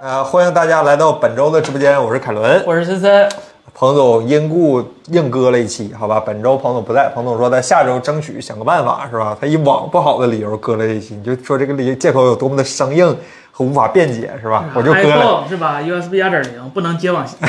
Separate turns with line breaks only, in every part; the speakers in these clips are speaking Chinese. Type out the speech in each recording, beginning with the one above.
呃，欢迎大家来到本周的直播间，我是凯 伦。
我是森森，
彭总因故硬搁了一期，好吧？本周彭总不在，彭总说在下周争取想个办法，是吧？他以网不好的理由搁了一期，你就说这个理借口有多么的生硬和无法辩解，是吧？我就搁了，
iPhone 是吧？USB 二点零不能接网线，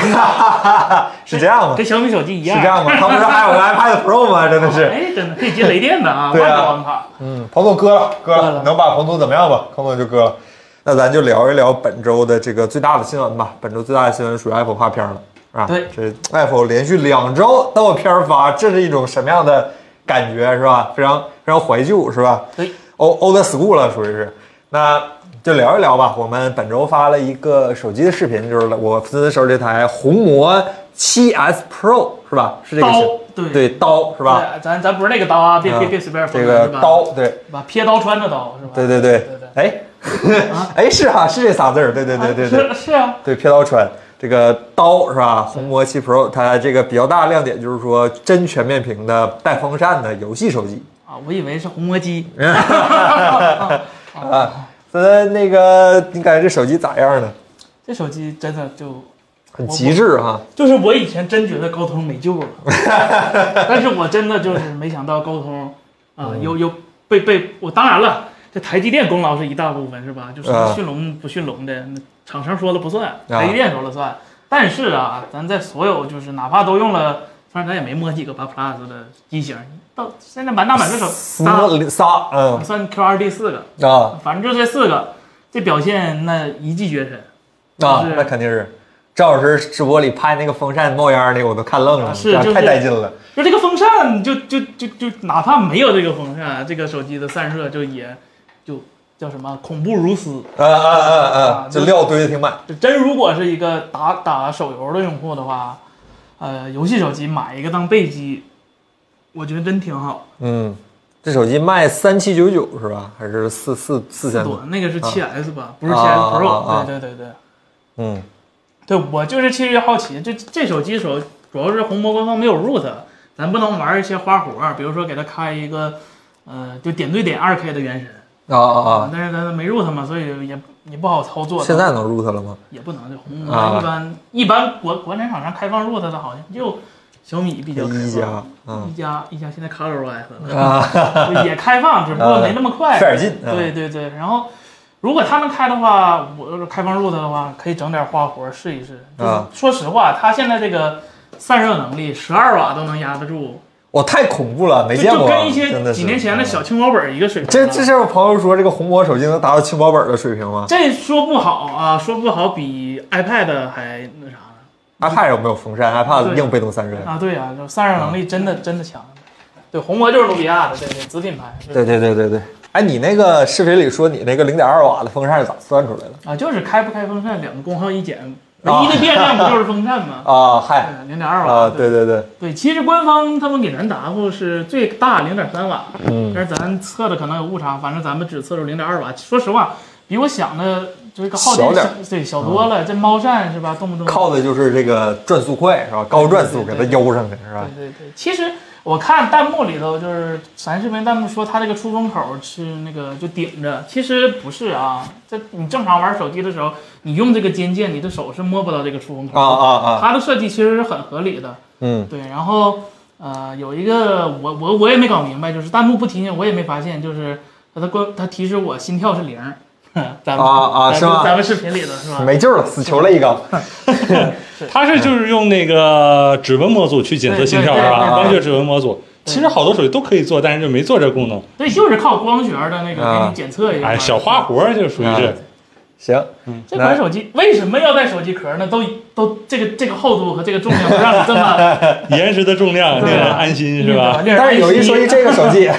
是这样吗？哦
哎跟
是
小米手机一
这
样。
样吗？他不是还有个 iPad Pro 吗？真的是，
哎，真的可以接雷电的啊，
对啊
万能网卡。
嗯，彭总割了，割
割
了，
了
能把彭总怎么样吧？彭总就割了。那咱就聊一聊本周的这个最大的新闻吧。本周最大的新闻属于 Apple 发片了啊。
对
这 Apple 连续两周都有片儿发，这是一种什么样的感觉是吧？非常非常怀旧是吧？
对，
old old school 了，属于是。那就聊一聊吧。我们本周发了一个手机的视频，就是我自己手里这台红魔 7S Pro 是吧？是这个
刀
是
对
对刀是吧？
对？咱咱不是那个刀啊，别别
嗯
别随便说
这个
是吧
刀对。
是吧？撇刀穿的刀是吧？
对对对
啊对对，
哎
啊，
哎是哈、是这仨字儿，对对对对对
啊是是啊，
对，撇刀穿这个刀是吧？红魔七 Pro 它这个比较大的亮点就是说真全面屏的带风扇的游戏手机
啊，我以为是红魔 机，
啊。那那个你感觉这手机咋样呢？
这手机真的就
很极致啊哈，
就是我以前真觉得高通没 救了，但是我真的就是没想到高通啊，
嗯
有有被被我当然了，这台积电功劳是一大部分是吧？就什
啊
么驯龙不驯龙的，那厂商说了不算，
啊
台积电说了算。但是啊，咱在所有就是哪怕都用了，虽然咱也没摸几个八 plus 的机型，到现在满打满算手
仨仨嗯
算 Q 二 D 四个，
啊
反正就这四个，这表现那一骑绝尘。
啊
就是，
那肯定是。赵老师直播里拍那个风扇冒烟儿那个，我都看愣了，
啊是
这样
就是
太带劲了。
就这个风扇，就就就就哪怕没有这个风扇，这个手机的散热就也就叫什么恐怖如斯。
啊啊啊啊！
啊
这
就
料堆的挺满。
就真如果是一个打打手游的用户的话，呃，游戏手机买一个当备机，我觉得真挺好。
嗯，这手机卖三七九九是吧？还是四四四千多
多？那个是 7S 吧，不是
啊
7S
啊啊啊
Pro。对对对对，
嗯，
对我就是其实好奇，这这手机手主要是红魔官方没有 root，咱不能玩一些花活儿，比如说给它开一个，呃，就点对点 2K 的原神。
啊啊啊！
但是咱没入它嘛，所以也也不好操作。
现在能 root 了吗？
也不能，这红
啊
魔一般、一般国国产厂商开放入它的好像就小米比较开放，
一家，嗯
一加一加现在 ColorOS 了，
啊，
就也开放，只不过没那么快。
费点劲。嗯
对对对，然后如果他们开的话，我要是开放入它的话，可以整点花活试一试。就是
啊
说实话，它现在这个散热能力，十二瓦都能压得住，
我太恐怖了，没
就
见
就
过啊。
跟一
真的是嗯
些几年前的小轻薄本一个水平
这
了。
这是我朋友说，这个红魔手机能达到轻薄本的水平吗
这说不好啊，说不好比 iPad 还那啥呢
？iPad 有没有风扇？iPad
对
硬被动散热。
啊？对啊，就散热能力真的
嗯
真的强。对，红魔就是努比亚的，对对，子品牌。
对对对对对。哎，你那个视频里说你那个零点二瓦的风扇是咋算出来的？
啊，就是开不开风扇，两个功耗一减，唯
啊
一的变量不 就是风扇吗？
啊，嗨，
零点二瓦
啊，对对对，
对，其实官方他们给咱答复是最大零点三瓦，
嗯
但是咱测的可能有误差，反正咱们只测出零点二瓦。说实话，比我想的这个耗
小
电
点儿嗯
小对小多了。这猫扇是吧，动不动
靠的就是这个转速快是吧？高转速给它悠上去是吧？
对对对，其实我看弹幕里头就是咱视频弹幕说它这个出风口是那个就顶着，其实不是啊。这你正常玩手机的时候，你用这个肩键，你的手是摸不到这个出风口的
啊啊啊！
它的设计其实是很合理的。
嗯
对，然后呃，有一个我我我也没搞明白，就是弹幕不提醒，我也没发现，就是它的关它提示我心跳是零儿， 咱们
啊啊
咱
是吗
咱们视频里的是吧？
啊没救了，死囚了一个。
它是就是用那个指纹模组去检测心跳
对
是
对对
对
吧？
对
光学指纹模组，
对
其实好多手机都可以做，但是就没做这功能。
对，就是靠光学的那个
啊
给你检测一下嘛。
哎，小花活儿就属于
啊
是，
行，嗯
这款手机为什么要带手机壳呢？都都这个这个厚度和这个重量让你这 么
岩石的重量令
对啊
人安心是吧？？
令人
但是有一
安
说一，
心
这个手 机，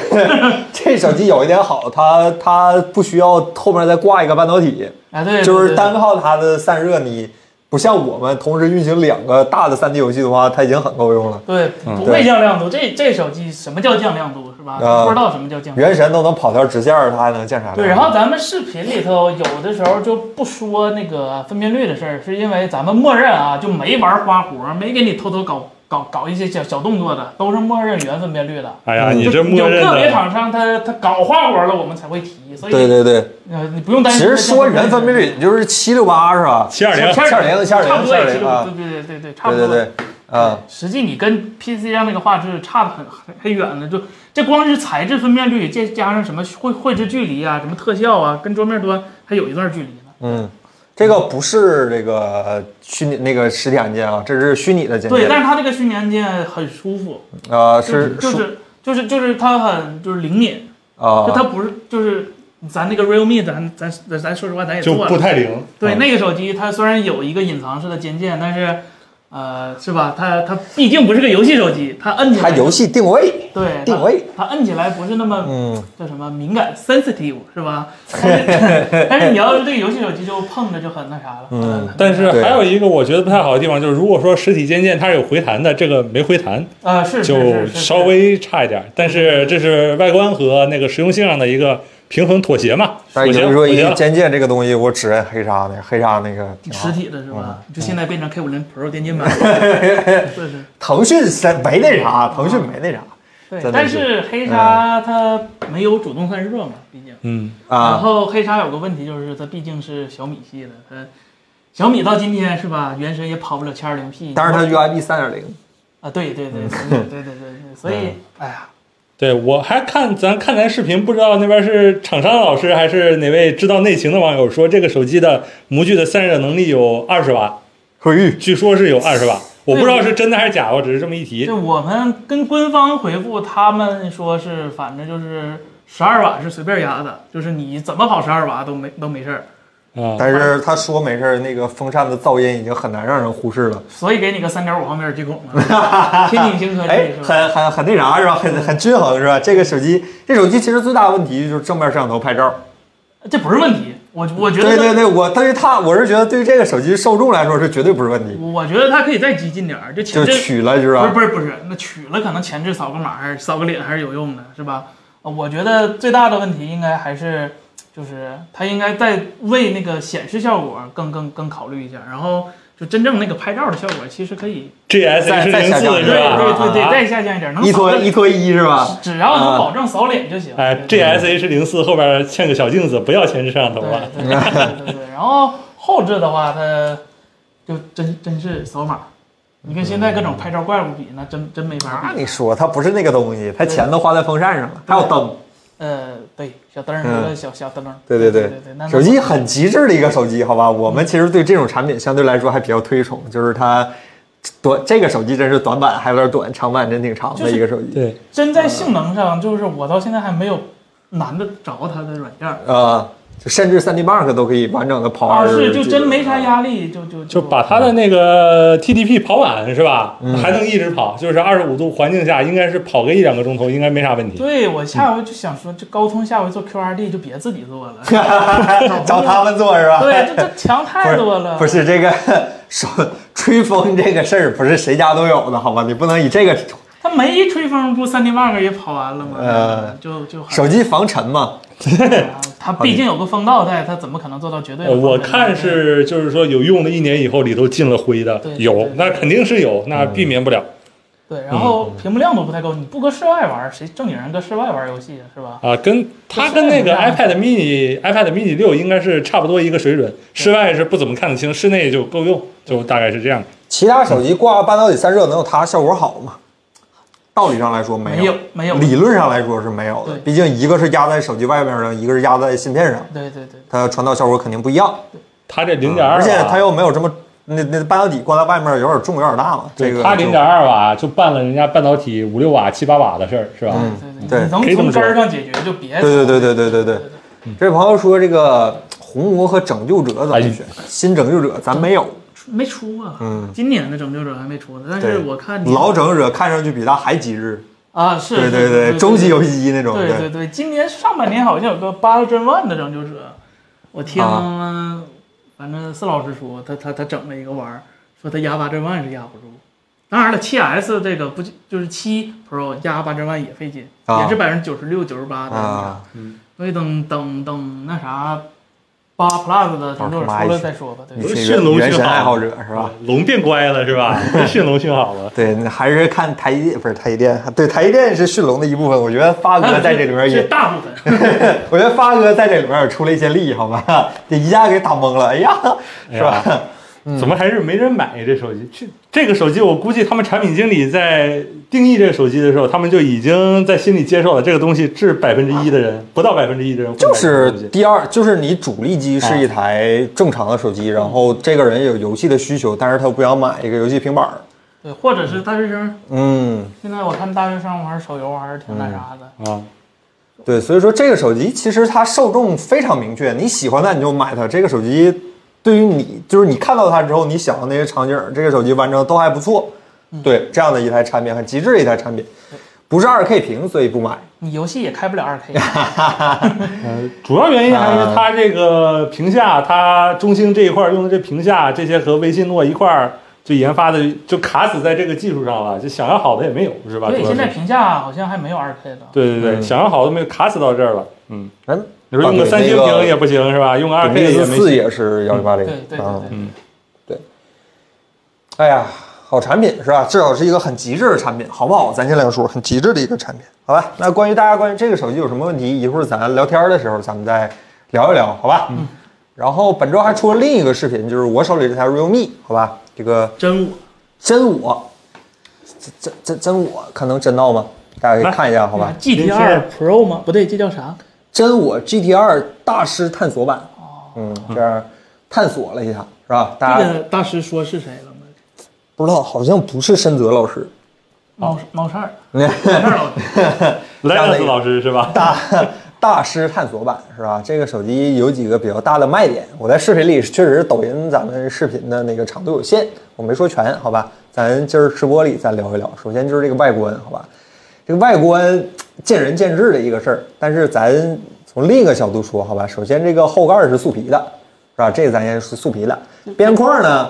这手机有一点好，它它不需要后面再挂一个半导体，
啊，对，对
就是
对
单靠它的散热，你不像我们同时运行两个大的 3D 游戏的话，它已经很够用了。
对
嗯
不会降亮度。这这手机什么叫降亮度是吧？
啊
不知道什么叫降亮度。
原神都能跑条直线儿，它还能降啥？
对，然后咱们视频里头有的时候就不说那个分辨率的事儿，是因为咱们默认啊就没玩花活，没给你偷偷搞搞搞一些小小动作的，都是默认原分辨率的。
哎呀，你这默
有
认
个别
的，
厂商他他搞花活了，我们才会提，所以
对对对，
呃你不用担
其
心。
实说原分辨率，你就是七六八是吧？
七二零
七二零，七二
差不
零，七
多
二
也是
零啊
六，对对对对，差不
对
多。
对对，啊，
实际你跟 PC 上那个画质差的很很很远的，就这光是材质分辨率，再加上什么绘绘制距离啊，什么特效啊，跟桌面端还有一段距离呢。
嗯，这个不是这个虚拟那个实体按键啊，这是虚拟的键
对，
键
但是它这个虚拟按键很舒服，
啊，
就是就
数
是就是就是它很就是灵敏，
啊
就，它不是就是咱那个 Realme，咱咱咱咱说实话咱也
就
做
不
了，
太灵。
对
嗯
那个手机它虽然有一个隐藏式的键键，但是呃是吧？它它毕竟不是个游戏手机，它摁起
它
来
游戏定位
对它
定位，
它摁起来不是那么
嗯，
叫什么敏感 sensitive 是 吧？但是但是你要是这个游戏手机就碰着就很那啥了。
嗯
很
但是
对
还有一个我觉得不太好的地方，就是如果说实体键键它是有回弹的，这个没回弹，
呃是是
就是
是
稍微差一点。但是这是外观和那个实用性上的一个平衡妥协嘛。
但
妥
有
协，
人
妥
说一
协
个
了。
键键这个东西，我只认黑鲨那个黑鲨那个挺好
实。体的是吧？
嗯
就现在变成 K 五零 Pro 电 竞版，是是。
腾讯三没那啥，腾讯没那啥嗯
对，
真的
但
是
是黑鲨它没有主动散热嘛，毕竟。
嗯，
然
啊，
后黑鲨有个问题就是它毕竟是小米系的，它小米到今天是吧，原神也跑不了7 2 0 P。
但是它 UID 三点零，
啊，对对对
嗯
对对对对对，所以哎呀，
对我还看咱看咱视频，不知道那边是厂商老师还是哪位知道内情的网友说，这个手机的模具的散热能力有二十瓦，
嘿，
据说是有二十瓦，我不知道是真的还是假，我只是这么一提。
就我们跟官方回复，他们说是反正就是十二瓦是随便压的，就是你怎么跑十二瓦都没都没事儿，
啊，
但是他说没事儿，那个风扇的噪音已经很难让人忽视了。
所以给你个三点五毫米耳机孔 嘛，天井型科技
哎
是，吧？
很很很那啥是吧？很很均衡是吧？这个手机，这手机其实最大的问题就是正面摄像头拍照。
这不是问题，我我觉得
对对对，我对于它，我是觉得对于这个手机受众来说是绝对不是问题，
我觉得它可以再激进点儿，就
就
前
是
置
取了是
不是
吧？
不是不是，那取了可能前置扫个码还是扫个脸还是有用的，是吧？呃我觉得最大的问题应该还是就是它应该再为那个显示效果更更更考虑一下，然后就真正那个拍照的效果其实可以
GS
再
是
再
零
下降
四
一
对
是
点
吧？
对对对
啊
再下降一点，能
一
扫
拖
的
一拖一是吧？
只要能
啊
保证扫脸就行。
哎
对对
，GSH 零四后边嵌个小镜子，不要前置摄像头啊
对
了。
对对对对，然后后置的话，它就真真是扫码。你跟现在
嗯
各种拍照怪物比，那真真没法
那
比。
你说它不是那个东西，它钱都花在风扇上了，还有灯。
呃，对，小灯儿
嗯
和小小灯儿。
对
对
对对
对对，那
手机很极致的一个手机，好吧？我们其实对这种产品相对来说还比较推崇，就是它短这个手机真是短板还有点短，长板真挺长的一个手机。
对，
真在性能上，就是我到现在还没有难得着它的软件儿，
呃，就甚至 3D Mark 都可以完整的跑
二
二十
啊是
几个。啊
就真没啥压力，就就
就把它的那个 TDP 跑满是吧？
嗯
还能一直跑，就是二十五度环境下，应该是跑个一两个钟头，应该没啥问题。
对我下回就想说，这高通下回做 QRD 就别自己 做了，
找他们做是吧？
对，这这强太多了。
不是这个 手吹风这个事儿，不是谁家都有的，好吧？你不能以这个
它没一吹风，不三 D Mark 也跑完了吗？
呃
就就很
手机防尘嘛。
啊它毕竟有个风道在，它怎么可能做到绝对的
呃，
防尘呢？
我看是就是说有用了一年以后里头进了灰的
对，对嗯
有
对，
那肯定是有，那避免不了
对，然后
嗯
屏幕亮度不太够，你不搁室外玩儿，谁正经人搁室外玩儿游戏啊是吧？
啊。跟它跟那个
不是很
iPad mini、iPad mini 六应该是差不多一个水准，室外是不怎么看得清，室内就够用，就大概是这样。
其他手机挂半导体散热能有它效果好吗？道理上来说没
没有没有，
理论上来说是没有的
对，
毕竟一个是压在手机外面上，一个是压在芯片上，
对对对。
它传导效果肯定不一样。
它这零点
啊
二，
而且它又没有这么那那半导体挂在外面有点重有点大嘛，这
对
个
它
就
零点二瓦就办了人家半导体五六瓦、七八瓦的事儿，是吧？
对
对
对，你能
可以这么
从
说
根儿上解决就别
对对对对对对对。这位朋友说这个红魔和拯救者怎么选？新拯救者咱没有，
没出啊。今年的拯救者还没出呢，但
嗯对
是我看你
老拯救者看上去比他还极致，
啊是，
对
是
对
对
对，终极游戏机那种，
对对对，今年上半年好像有个八十帧万的拯救者，我听
啊
反正四老师说他他他整了一个玩儿，说他压八帧万是压不住。当然了，七 S 这个不就就是七 Pro 压八帧万也费劲，
啊
也是百分之九十六、九十八的那啥
啊，
所以等等等那啥，八 Plus 的成就
玩他妈
出了
一
再说吧。对
你
吧，
是一
驯
个
龙
原
驯
神爱
好啊
好者是吧？
龙变乖了 是吧？驯龙驯好了。
对，那还是看台积电，不是台积电，对台积电是驯龙的一部分。我觉得发哥在这里面
是
也，
大部 分
我觉得发哥在这里面也出了一些力，好吧？这一下给打懵了，哎呀，是
哎呀
吧？
嗯
怎么还是没人买这手机？这这个手机，我估计他们产品经理在定义这个手机的时候，他们就已经在心里接受了这个东西是百分之一的
啊
人，不到百分之一的人会
就啊
买这个
是
手机
第二，就是你主力机是一台正常的手机，然后这个人有游戏的需求，但是他不想买一个游戏平板儿。
对，或者是大学生。
嗯，
现在我看大学生玩手游还是挺那啥的。
啊，
对，所以说这个手机其实它受众非常明确，你喜欢它你就买它。这个手机对于你，就是你看到它之后，你想到那些场景，这个手机完成得都还不错。
嗯
对，这样的一台产品，很极致的一台产品，不是二 K 屏，所以不买。
你游戏也开不了 二 K，
呃，主要原因还是它这个屏下，它中兴这一块用的这屏下，这些和微信诺一块儿就研发的就卡死在这个技术上了，就想要好的也没有，是吧？
对，
主要
现
是
在嗯评价好像还没有二 K 的。
对对对，想要好的没有，卡死到这儿了。嗯，
嗯，
你说用个三星屏也不行是吧？用个二 K 也没
四
戏。
也是幺零八零。
嗯对对对
啊
对，对，
哎呀，好产品是吧？至少是一个很极致的产品，好不好？咱先两说，很极致的一个产品，好吧？那关于大家关于这个手机有什么问题，一会儿咱聊天的时候咱们再聊一聊，好吧？嗯。然后本周还出了另一个视频，就是我手里这台 Realme，好吧？这个
真我
真我，真真真真我，看能真到吗？大家可以看一下，好吧？
GT 二 Pro 吗？不对，这叫啥？
真我 GT 二大师探索版，嗯，这样探索了一下，是吧？大
哦这
家
个大师说是谁了吗？
不知道，好像不是深泽老师。
猫猫扇 儿，猫扇儿老师。
莱
样的一
恩斯
个
老师是吧？
大 大师探索版是吧？这个手机有几个比较大的卖点，我在视频里确实抖音咱们视频的那个长度有限，我没说全，好吧？咱今儿直播里再聊一聊。首先就是这个外观，好吧？这个外观见仁见智的一个事儿，但是咱从另一个角度说，好吧？首先这个后盖是素皮的，是吧？这个咱也是素皮的，
嗯
边框呢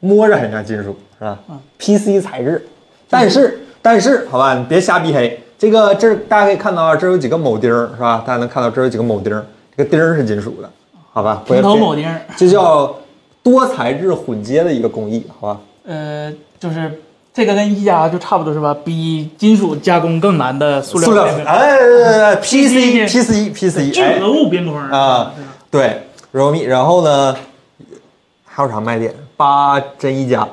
摸着很像金属，是吧？PC 材质，但是但是好吧，你别瞎逼黑。这个这儿大家可以看到啊，这儿有几个铆钉儿，是吧？大家能看到这儿有几个铆钉儿，这个钉儿是金属的，好吧？不要
平头铆钉儿
这叫多材质混接的一个工艺，好吧？
呃，就是这个跟一加就差不多是吧？比金属加工更难的塑
塑料
边框，
哎
，PC
，PC PC PC，
聚合物边框
啊
对吧，
对，realme，然后呢，还有啥卖点？八真一加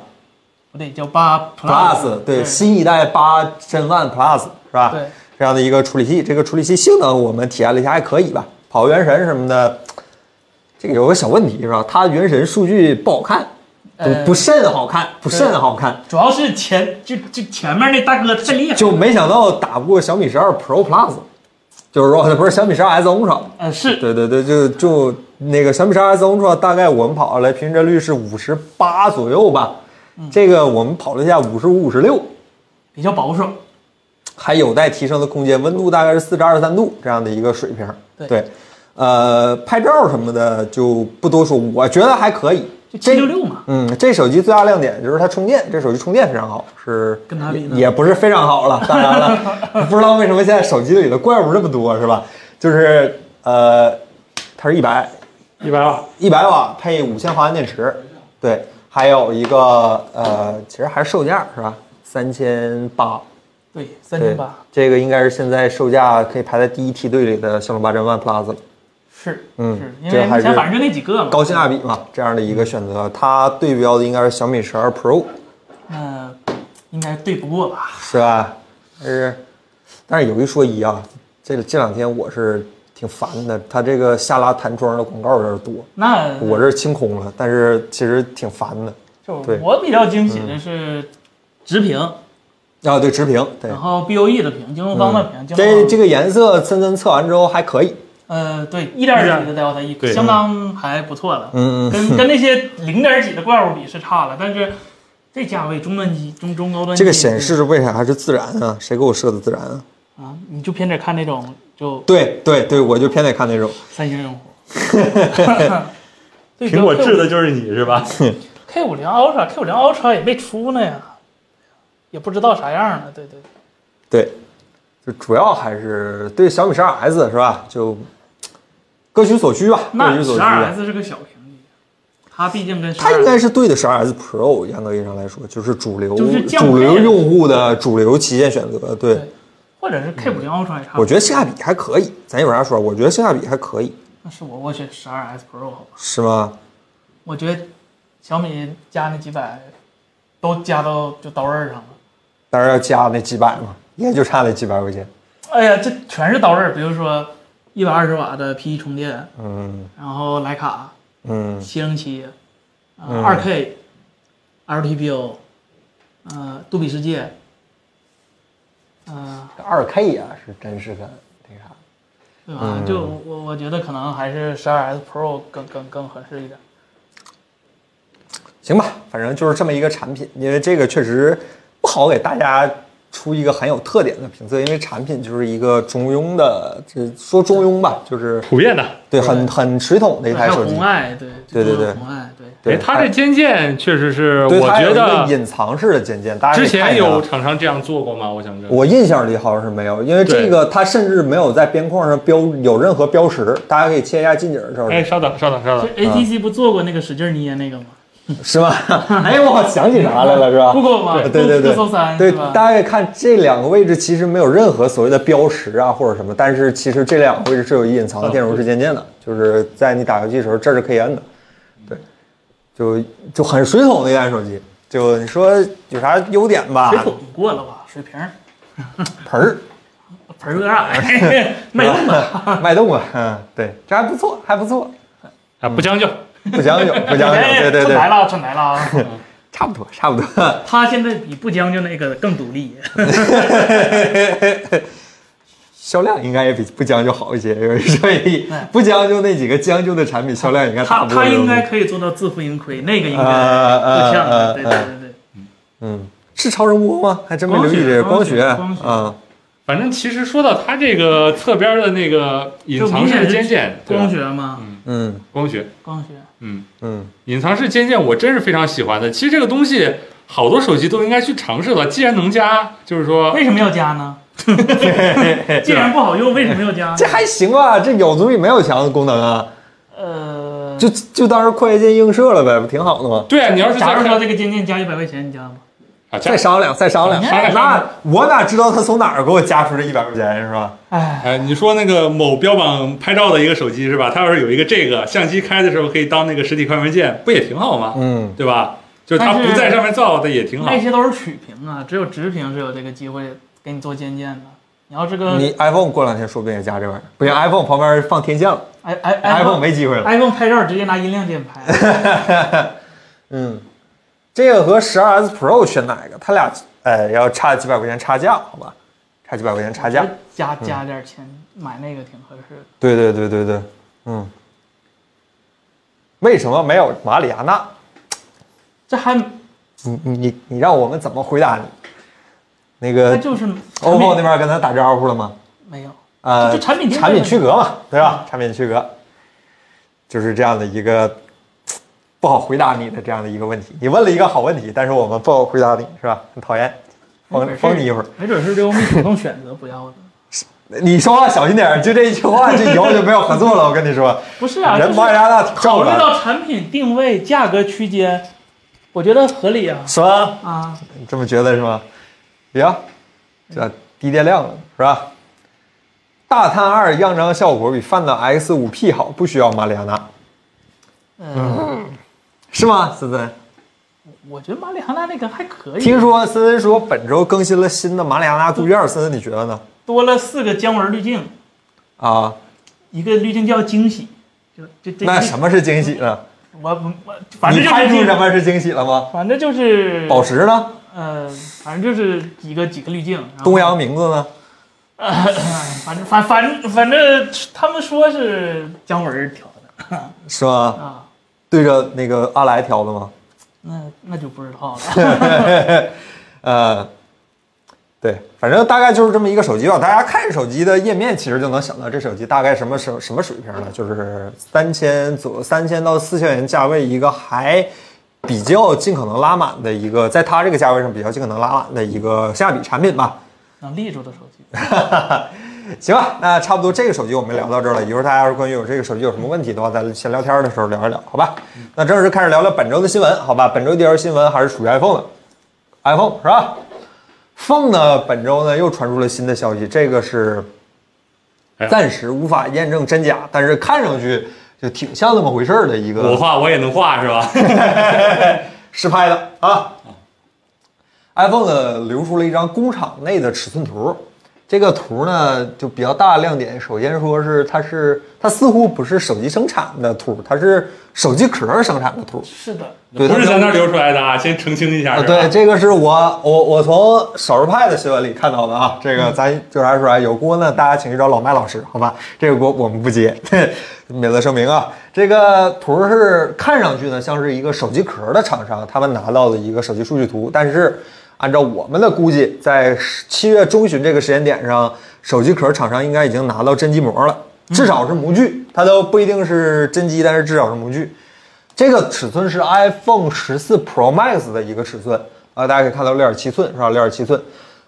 不对，叫八
Plus，对，新一代八真 One Plus 是吧？
对，
这样的一个处理器，这个处理器性能我们体验了一下，还可以吧？跑个原神什么的，这个有个小问题是吧？它原神数据不好看，不
呃
不甚好看，不甚好看。
主要是前就就前面那大哥太厉害了，
就没想到打不过小米十二 Pro Plus，就是说不是小米十二 S Ultra，
呃是
对对对，就就那个小米十二 S Ultra，大概我们跑下来平均帧率是五十八左右吧，
嗯
这个我们跑了一下五十五、五十六，
比较保守。
还有待提升的空间，温度大概是四至二十三度这样的一个水平。
对
呃，拍照什么的就不多说，我觉得还可以。
就
这
766嘛
嗯，这手机最大亮点就是它充电，这手机充电非常好，是
跟它比呢
也也不是非常好了。当然了， 不知道为什么现在手机里的怪物这么多，是吧？就是呃，它是一百
一百瓦，
一百瓦配五千毫安电池，对，还有一个呃，其实还是售价是吧？三千八，
对，三
对
千八，
这个应该是现在售价可以排在第一梯队里的骁龙八 Gen One Plus 了，
是，
嗯
是
这
因为
还
目
是
前反正就那几个嘛。
高性价比嘛，这样的一个选择，它对标的应该是小米十二 Pro，
那应该对不过吧？
是吧？但是，但是有一说一啊，这这两天我是挺烦的，它这个下拉弹窗的广告有点多，
那
我这清空了，但是其实挺烦的
就
对
我比较惊喜的是直屏，
啊。对，直屏，对
然，后 BOE 的屏，京东方的屏，京东
这
方
这个颜色森森测完之后还可以，
呃，对，一点儿几的 Delta E，
对
相当还不错了。
嗯嗯
跟跟那些零点儿几的怪物比是差了，但是这价位中端机中中高端机
这个显示为啥是自然啊？谁给我设的自然啊？
啊，你就偏得看那种就
对对对，我就偏得看那种。
三星用 户。 对
苹果制的就是你是吧？
K 五零 Ultra K 五零 Ultra 也没出呢呀，也不知道啥样呢。对对，对
对，就主要还是对小米十二 S 是吧？就各取所需吧，各
那
取所需
十二
吧。
S 是个小屏机，它毕竟跟
它应该
12
是对的十二 S Pro，严格意义上来说，就是主流
就是降配
主流用户的主流旗舰选择。对，嗯
对或者是 K 五零 Ultra 也差不
我
多。
觉得性价比还可以，咱一会儿再说。我觉得性价比还可以，
那是我我选十二 S Pro 好吧？
是吗？
我觉得小米加那几百都加到就刀刃上了。
当然要加那几百嘛，也就差那几百块钱。
哎呀，这全是刀刃儿，比如说一百二十瓦的 P 1充电，
嗯
然后徕卡
嗯，
七零七，呃
嗯
二 K、LTPO，呃杜比世界，呃
二 K 啊，是真是个那啥。
对吧？
嗯
就我我觉得可能还是十二 S Pro 更更更合适一点。
行吧，反正就是这么一个产品，因为这个确实不好给大家出一个很有特点的评测，因为产品就是一个中庸的，这说中庸吧，就是
普遍的。
对很很水桶的一
对还
台
有
手机
红。爱，对
对对
这都是
对
红爱，对
对，
啊哎，它这尖键确实是，
对，
我
它有
觉
一个
得
隐藏式的渐渐，大家可以
之前
看一下啊
有厂商这样做过吗？我想知道。
我印象里好像是没有，因为这
对
个它甚至没有在边框上标有任何标识，大家可以切一下近景的时候，
哎，稍等，稍等，稍等
就。ATC 不做过那个使劲捏那个吗？
是吧？ 哎，我想起啥来了，是吧？
，Google 嘛，
啊对对对
啊搜三
对
是，吧？
大家可以看这两个位置其实没有任何所谓的标识啊或者什么，但是其实这两个位置是有隐藏的电容式渐渐
嗯
的，就是在你打游戏的时候这是可以摁的，对，就就很水桶的一台手机，就你说有啥优点吧
水？桶过了吧？水瓶儿
盆儿。
盆儿有点矮， 没那么大。
脉动啊，嗯，对，这还不错，还不错，
啊，不将就。
不将就，不将就，
哎
对对
串台
对，
了，串台了啊！
差不多，差不多。
他现在比不将就那个更独立，
销量应该也比不将就好一些，因为所 以
哎
不将就那几个将就的产品销量应该
他
差不多。
他应该可以做到自负盈亏，那个应该
呃呃
不像
呃
的。对对对对，
嗯，是超声波吗？还真没留意这个
光
光
学
学
光学
啊，
反正其实说到它这个侧边的那个隐
就
藏
明
式
显
尖
是
键，对吧
光学嘛，
嗯
光学，
光学。
嗯，
嗯，
隐藏式尖键我真是非常喜欢的。其实这个东西好多手机都应该去尝试的，既然能加，就是说
为什么要加 呢？既然不好用，为什么要加？
这还行吧，这有总比没有强的功能啊，
呃，
就就当是快捷键映射了呗，不挺好的吗？
对啊，你要是
假
再
如说
看
这个金键加一百块钱，你加吗？
啊，加
再商量，再商量。
商量商量
那我哪知道他从哪儿给我加出这一百块钱是吧？
哎，
哎，你说那个某标榜拍照的一个手机是吧？它要是有一个这个相机开的时候可以当那个实体快门键，不也挺好吗？
嗯，
对吧？就是它
但是
不在上面造的也挺好
那。些都是曲屏啊，只有直屏是有这个机会给你做尖键的。你要这个
你 iPhone 过两天说不定也加这玩意儿，不行，iPhone 旁边放天线了。
i i
iPhone 没机会了。
iPhone 拍照直接拿音量键拍，
嗯，这个和十二 S Pro 选哪个？它俩呃要差几百块钱差价，好吧？差几百块钱差价。
加加点钱买那个挺合适的。
对对对对对，嗯。为什么没有马里亚纳？
这还
呃你你你你让我们怎么回答你？那个
它就是产品
OPPO 那边跟他打招呼了吗？
没有，
呃，
这就产品经理嗯
产品区隔嘛，对吧？产品区隔，就是这样的一个嘖不好回答你的这样的一个问题。你问了一个好问题，但是我们不好回答你，是吧？很讨厌，封封你一会儿。
没准是刘米主动选择不要的。
你说话小心点儿，就这一句话，就以后就没有合作了。我跟你说，
不是啊，
人
就是
马加纳
考
照
虑
了，
到产品定位、价格区间，我觉得合理啊
是吧？
啊！
你这么觉得是吗？行，这低电量了，是吧？大探二样张效果比 Find X 5 P 好，不需要马里亚纳，
嗯，
是吗？森森。
我觉得马里哈纳那个还可以，
听说森森说本周更新了新的马里亚纳杜院，森森你觉得呢？
多了四个姜文滤镜，
啊，
一个滤镜叫惊喜，就就这
那什么是惊喜呢？
我我我反正
你
就
看
是
出
这
什，么是惊喜了吗？
反正就是
宝石呢？
呃，反正就是几个几个滤镜，然后
东阳名字呢？
哎反正反反反正他们说是姜文儿调的
是吗？
啊，
对着那个阿来调的吗？
那那就不知道 了。
呃，对，反正大概就是这么一个手机吧。大家看手机的页面，其实就能想到这手机大概什么什什么水平了，就是三千左三千到四千元价位一个还。比较尽可能拉满的一个，在它这个价位上比较尽可能拉满的一个性价比产品吧，
能立住的手机，
行吧，那差不多这个手机我们聊到这儿了。一会儿大家要是关于我这个手机有什么问题的话，咱闲聊天的时候聊一聊，好吧？那正式开始聊聊本周的新闻，好吧？本周第一条新闻还是属于 iPhone 的，iPhone 是吧？iPhone 呢，本周呢又传出了新的消息，这个是
哎呀
暂时无法验证真假，但是看上去就挺像那么回事儿的一个。
我画我也能画是吧？
实拍的啊。iPhone 呢流出了一张工厂内的尺寸图，这个图呢就比较大的亮点。首先说是它是它似乎不是手机生产的图，它是手机壳生产的图。
是的，
对，
不是
它
咱那儿流出来的啊，先澄清一下
啊，
是吧。
对，这个是我我我从少数派的新闻里看到的啊，这
嗯
个咱就啥说啥，啊有锅呢，大家请去找老麦老师，好吧？这个锅我们不接， 免责声明啊。这个图是看上去呢像是一个手机壳的厂商他们拿到的一个手机数据图，但是按照我们的估计，在七月中旬这个时间点上，手机壳厂商应该已经拿到真机模了，至
嗯
少是模具，它都不一定是真机，但是至少是模具。这个尺寸是 iPhone 十四 Pro Max 的一个尺寸啊、大家可以看到六点七寸是吧？六点七寸，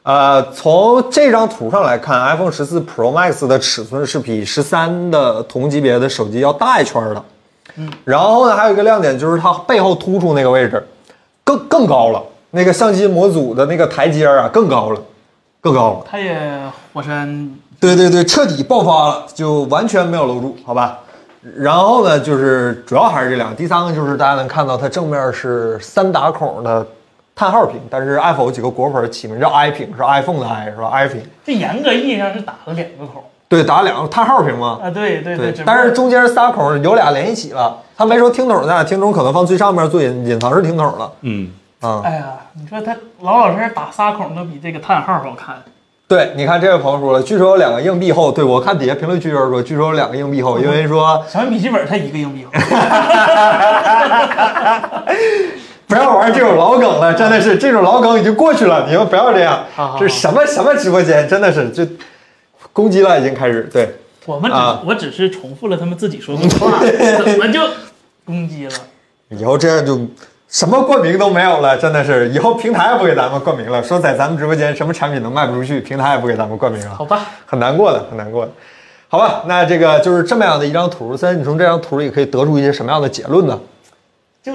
呃，从这张图上来看，iPhone 十四 Pro Max 的尺寸是比十三的同级别的手机要大一圈儿的。嗯，然后呢，还有一个亮点就是它背后突出那个位置更更高了，那个相机模组的那个台阶儿啊更高了，更高了。
它也火山
对对对，彻底爆发了，就完全没有搂住，好吧？然后呢，就是主要还是这两个，第三个就是大家能看到它正面是三打孔的叹号屏，但是 Apple 有几个果粉起名叫 i 屏，是 iPhone 的 i 是吧？i 屏，
这严格意义上是打了两个口
对，打两个叹号屏嘛，
啊，对对
对
只，不过
但是中间仨孔有俩连一起了，他没说听筒在哪，听筒可能放最上面做隐隐藏式听筒了，
嗯，
啊、
哎呀，你说他老老实实打仨孔都比这个叹号好看，
对，你看这位朋友说了，据说有两个硬币后，对我看底下评论区有人说，据说有两个硬币后，因为说
小米笔记本它一个硬币 好看。
不要玩这种老梗了，真的是这种老梗已经过去了，你们不要这样
好好。好
这什么什么直播间，真的是就攻击了，已经开始。对，
我们只、
啊
我只是重复了他们自己说过的 话，怎么就攻击了？
以后这样就什么冠名都没有了，真的是。以后平台也不给咱们冠名了，说在咱们直播间什么产品能卖不出去，平台也不给咱们冠名了。
好吧，
很难过的，很难过的。好吧，那这个就是这么样的一张图。森，你从这张图里可以得出一些什么样的结论呢？
就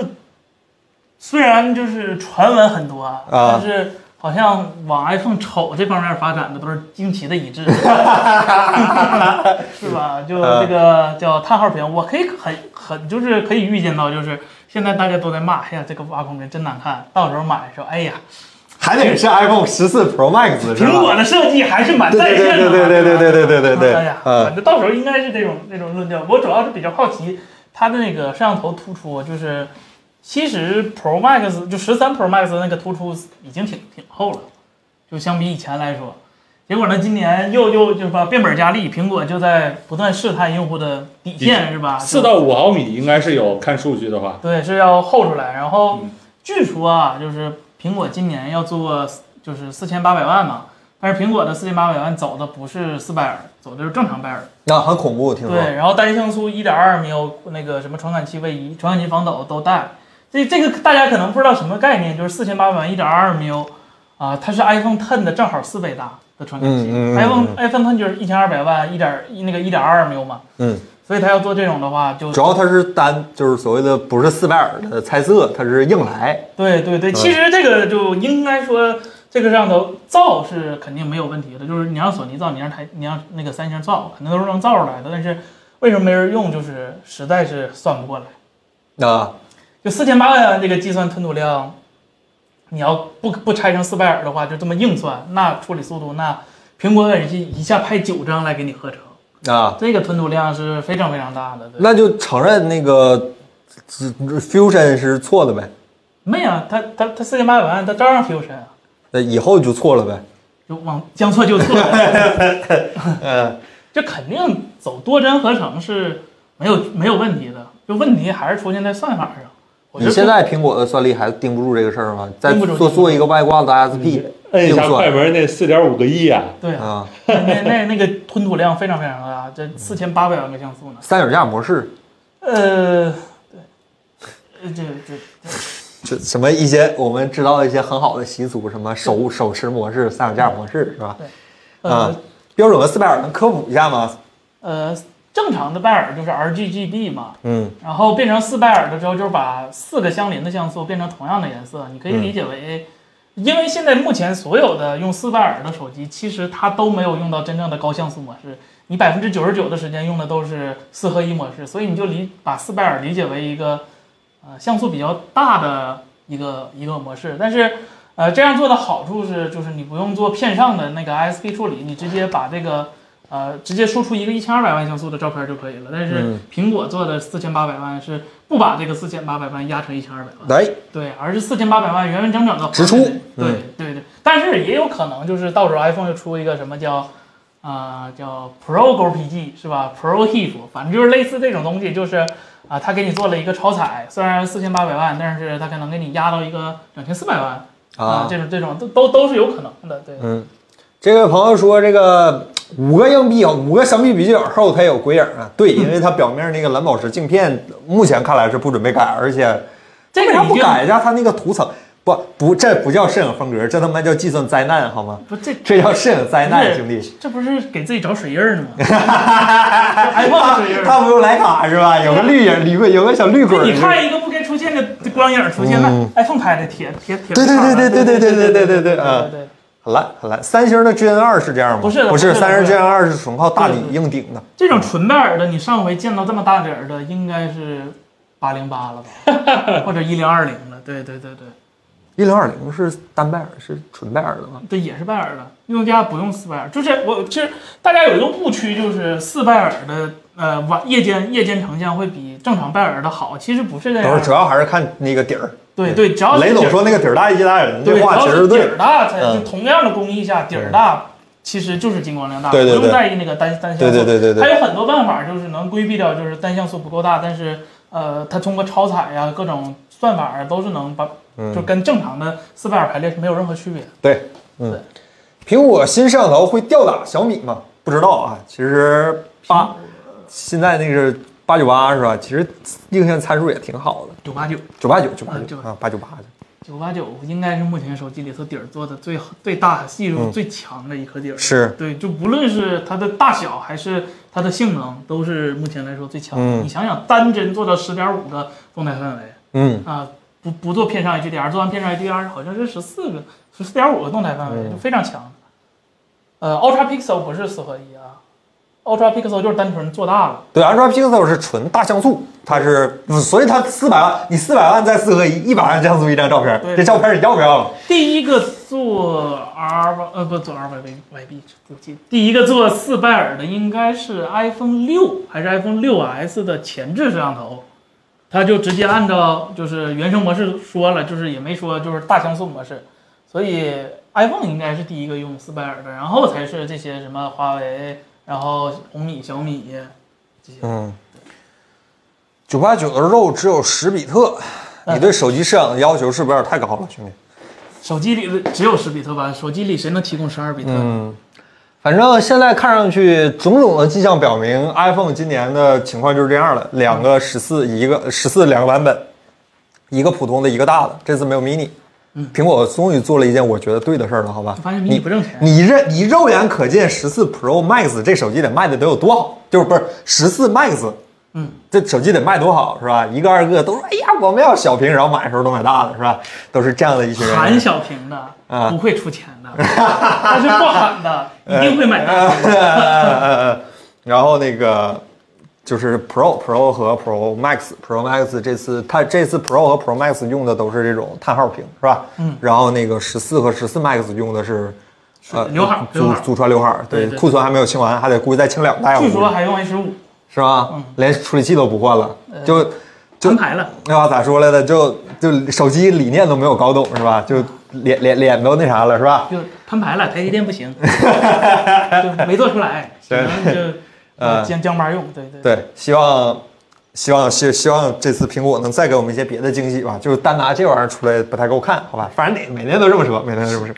虽然就是传闻很多啊，
啊
但是好像往 iPhone 丑这方面发展的都是惊奇的一致，是吧？就这个叫叹号屏，我可以很很就是可以预见到，就是现在大家都在骂，哎呀，这个挖孔屏真难看，到时候买的时候，哎呀，
还得是 iPhone 十四 Pro Max 是吧？
苹果的设计还是蛮在
对
线的
对
嘛。
对对对对对对对对
哎呀，
嗯
反正到时候应该是这种这种论调。我主要是比较好奇它的那个摄像头突出，就是其实 Pro Max 就十三 Pro Max 的那个突出已经挺挺厚了，就相比以前来说。结果呢，今年又又就是吧变本加厉，苹果就在不断试探用户的底线，是吧？
四到五毫米应该是有，看数据的话，
对是要厚出来。然后
嗯
据说啊，就是苹果今年要做就是四千八百万嘛。但是苹果的四千八百万走的不是四百尔，走的是正常百尔，
那很恐怖，听说。
对，然后单像素一点二没有那个什么传感器位移、传感器防抖都带。这这个大家可能不知道什么概念，就是四千八百万一点二 m 啊，它是 iPhone Ten 的正好四倍大的传感器。
嗯嗯嗯
iPhone iPhone Ten 就是一千二百万一点那个一点二 m 嘛，
嗯，
所以它要做这种的话就，
主要它是单，就是所谓的不是四百尔的猜测，它是硬来。
对对对，其实这个就应该说。这个摄像头造是肯定没有问题的，就是你让索尼造，你让台，你让那个三星造，肯定都是能造出来的。但是为什么没人用？就是实在是算不过来。
啊，
就四千八百万这个计算吞吐量，你要不不拆成四百尔的话，就这么硬算，那处理速度，那苹果显示器一下拍九张来给你合成，
啊，
这个吞吐量是非常非常大的。对
那就承认那个这这 Fusion 是错的呗，
没啊，它它它四千八百万，它照样 fusion 啊，
那以后就错了呗。
就往将错就错，
嗯，
这肯定走多帧合成是没有没有问题的，就问题还是出现在算法上。我觉
你
得
现在苹果的算力还盯不住这个事儿吗？再
盯不住嗯
做做一个外挂的 ISP，
摁一下
硬
快
算
门那四点五个亿啊，
对啊，
啊，
那那那那个吞吐量非常非常大，这四千八百万个像素呢。
三脚架模式，
呃，对，呃，这这
这什么一些我们知道的一些很好的习俗，什么手手持模式、三脚架模式是吧？
呃
啊，标准和斯拜尔能科普一下吗？
呃，正常的拜耳就是 RGGB 嘛，
嗯，
然后变成四拜耳的时候，就是把四个相邻的像素变成同样的颜色。你可以理解为，因为现在目前所有的用四拜耳的手机，其实它都没有用到真正的高像素模式。你百分之九十九的时间用的都是四合一模式，所以你就理把四拜耳理解为一个呃像素比较大的一个一个模式。但是呃这样做的好处是，就是你不用做片上的那个 ISP 处理，你直接把这个呃直接输出一个一千二百万像素的照片就可以了。但是
嗯
苹果做的四千八百万是不把这个四千八百万压成一千二百万，
来，
对，而是四千八百万完完整整的
直出
对
嗯
对对，但是也有可能就是到时候 iPhone 就出一个什么叫啊、叫 Pro GoPG 是吧？Pro HEIF，反正就是类似这种东西，就是啊、他给你做了一个超彩，虽然四千八百万，但是他可能给你压到一个两千四百万啊、
啊
这，种这种都都都是有可能的，对。
嗯，这位朋友说这个五个硬币啊，五个相比比较后它有鬼影啊，对，因为它表面那个蓝宝石镜片目前看来是不准备改，而且
这
为
个
啥
已
不
经
改一下它那个涂层？不不，这不叫摄影风格，这他妈叫计算灾难好吗？
不这
这叫摄影灾
不
难，
是
兄弟。
这不是给自己找水印儿呢 吗？iPhone 水印儿。
他不用徕卡是吧？有个绿影，有个有个小绿
就
鬼。
你看一个不该出现的光影出现了
嗯
，iPhone 拍的铁铁铁
对对
厂的
对对对对
对
对
对
对对
对
对嗯
对对。
很烂很烂。三星的 GN 二是这样吗？
不是的
不
不是的
三星
不是
GN 二是纯靠大理
对对
硬顶的。
这种纯拜耳的，你上回见到这么大点儿的，应该是八零八了吧，或者一零二零了。对对对对，
一零二零是单拜耳，是纯拜耳的吗？
这也是拜耳的。用家不用四拜耳，就是我其实大家有一个误区，就是四拜耳的呃晚夜间夜间成像会比正常拜耳的好，其实不是这
不
样
是，主
的。
要还是看那个底儿。
对对，只哦要是
雷
底
总
儿
说那个底儿大一大人，
对，
这话
只
其
要
实
是底
对
儿。大才
嗯
就同样的工艺下底儿大，其实就是进光量大，不
对对
用
对
在意那个单单像素。
对对对对
还
对，
有很多办法，就是能规避掉，就是单像素不够大，但是呃，它通过超彩呀、各种算法啊，都是能把，就
嗯，
跟正常的四百尔排列是没有任何区别。
对，嗯。苹果新摄像头会吊打小米吗？不知道啊。其实八现在那个八九八是吧？其实硬件参数也挺好的，
九八九
九八九九八
嗯
九
对
啊，八九八的。
九八九应该是目前手机里头底儿做的最好最大、系数
嗯
最强的一颗底儿。
是，
对，就无论是它的大小还是它的性能，都是目前来说最强的。
嗯
你想想，单帧做到十点五个动态范围，
嗯，
啊，不不做片上 HDR，做完片上 HDR 好像是十四个、十四点五个动态范围，
嗯
就非常强。呃，Ultra Pixel 不是四合一啊，Ultra Pixel 就是单纯做大了。
对，Ultra Pixel 是纯大像素，它是，所以它四百万，你四百万再四合一，一百万像素一张照片，
对
这照片你要不要了？
第一个做 R 呃不做 R Y Y B 对不起，第一个做四拜耳的应该是 iPhone 六还是 iPhone 六 S 的前置摄像头，它就直接按照就是原生模式说了，就是也没说就是大像素模式，所以 iPhone 应该是第一个用四拜耳的，然后才是这些什么华为，然后红米、小米这些。
嗯，九八九的肉只有十比特，
嗯
你对手机摄影的要求是不是有点太高了，兄弟？
手机里的只有十比特吧，手机里谁能提供十二比特？
嗯，反正现在看上去，种种的迹象表明，iPhone 今年的情况就是这样了：两
嗯
个十四，一个十四两个版本，一个普通的，一个大的。这次没有 mini。苹果终于做了一件我觉得对的事儿了，好吧？
嗯发现 mini 不挣钱
你认你肉眼可见十四 Pro Max 这手机得卖的得有多好？就是不是十四 Max，
嗯，
这手机得卖多好是吧？一个二个都说，哎呀，我们要小屏，然后买的时候都买大的是吧？都是这样的一群人。
喊小屏的
啊
不会出钱的， 但是不喊的一定会买
呃
单。
呃呃呃 然后那个就是 Pro Pro 和 Pro Max Pro Max 这次它这次 Pro 和 Pro Max 用的都是这种叹号屏是吧？嗯。然后那个十四和十四 Max 用的是呃
刘海儿刘
祖
海儿
祖传刘海儿，对，
对对
库存还没有清完，还得估计再清两代。
据说嗯还用 A 十五
是吧？连处理器都不换了，
呃
就就
安排了。
那、咋说来着？就就手机理念都没有搞懂是吧？就脸脸脸都那啥了是吧？
就摊牌了，台积电不行，就没做出来，只能就
呃
将将班用。对对对，
对，希望希望希希望这次苹果能再给我们一些别的惊喜吧。就是单拿这玩意儿出来不太够看，好吧？反正每每年都这么说，每年都这么说。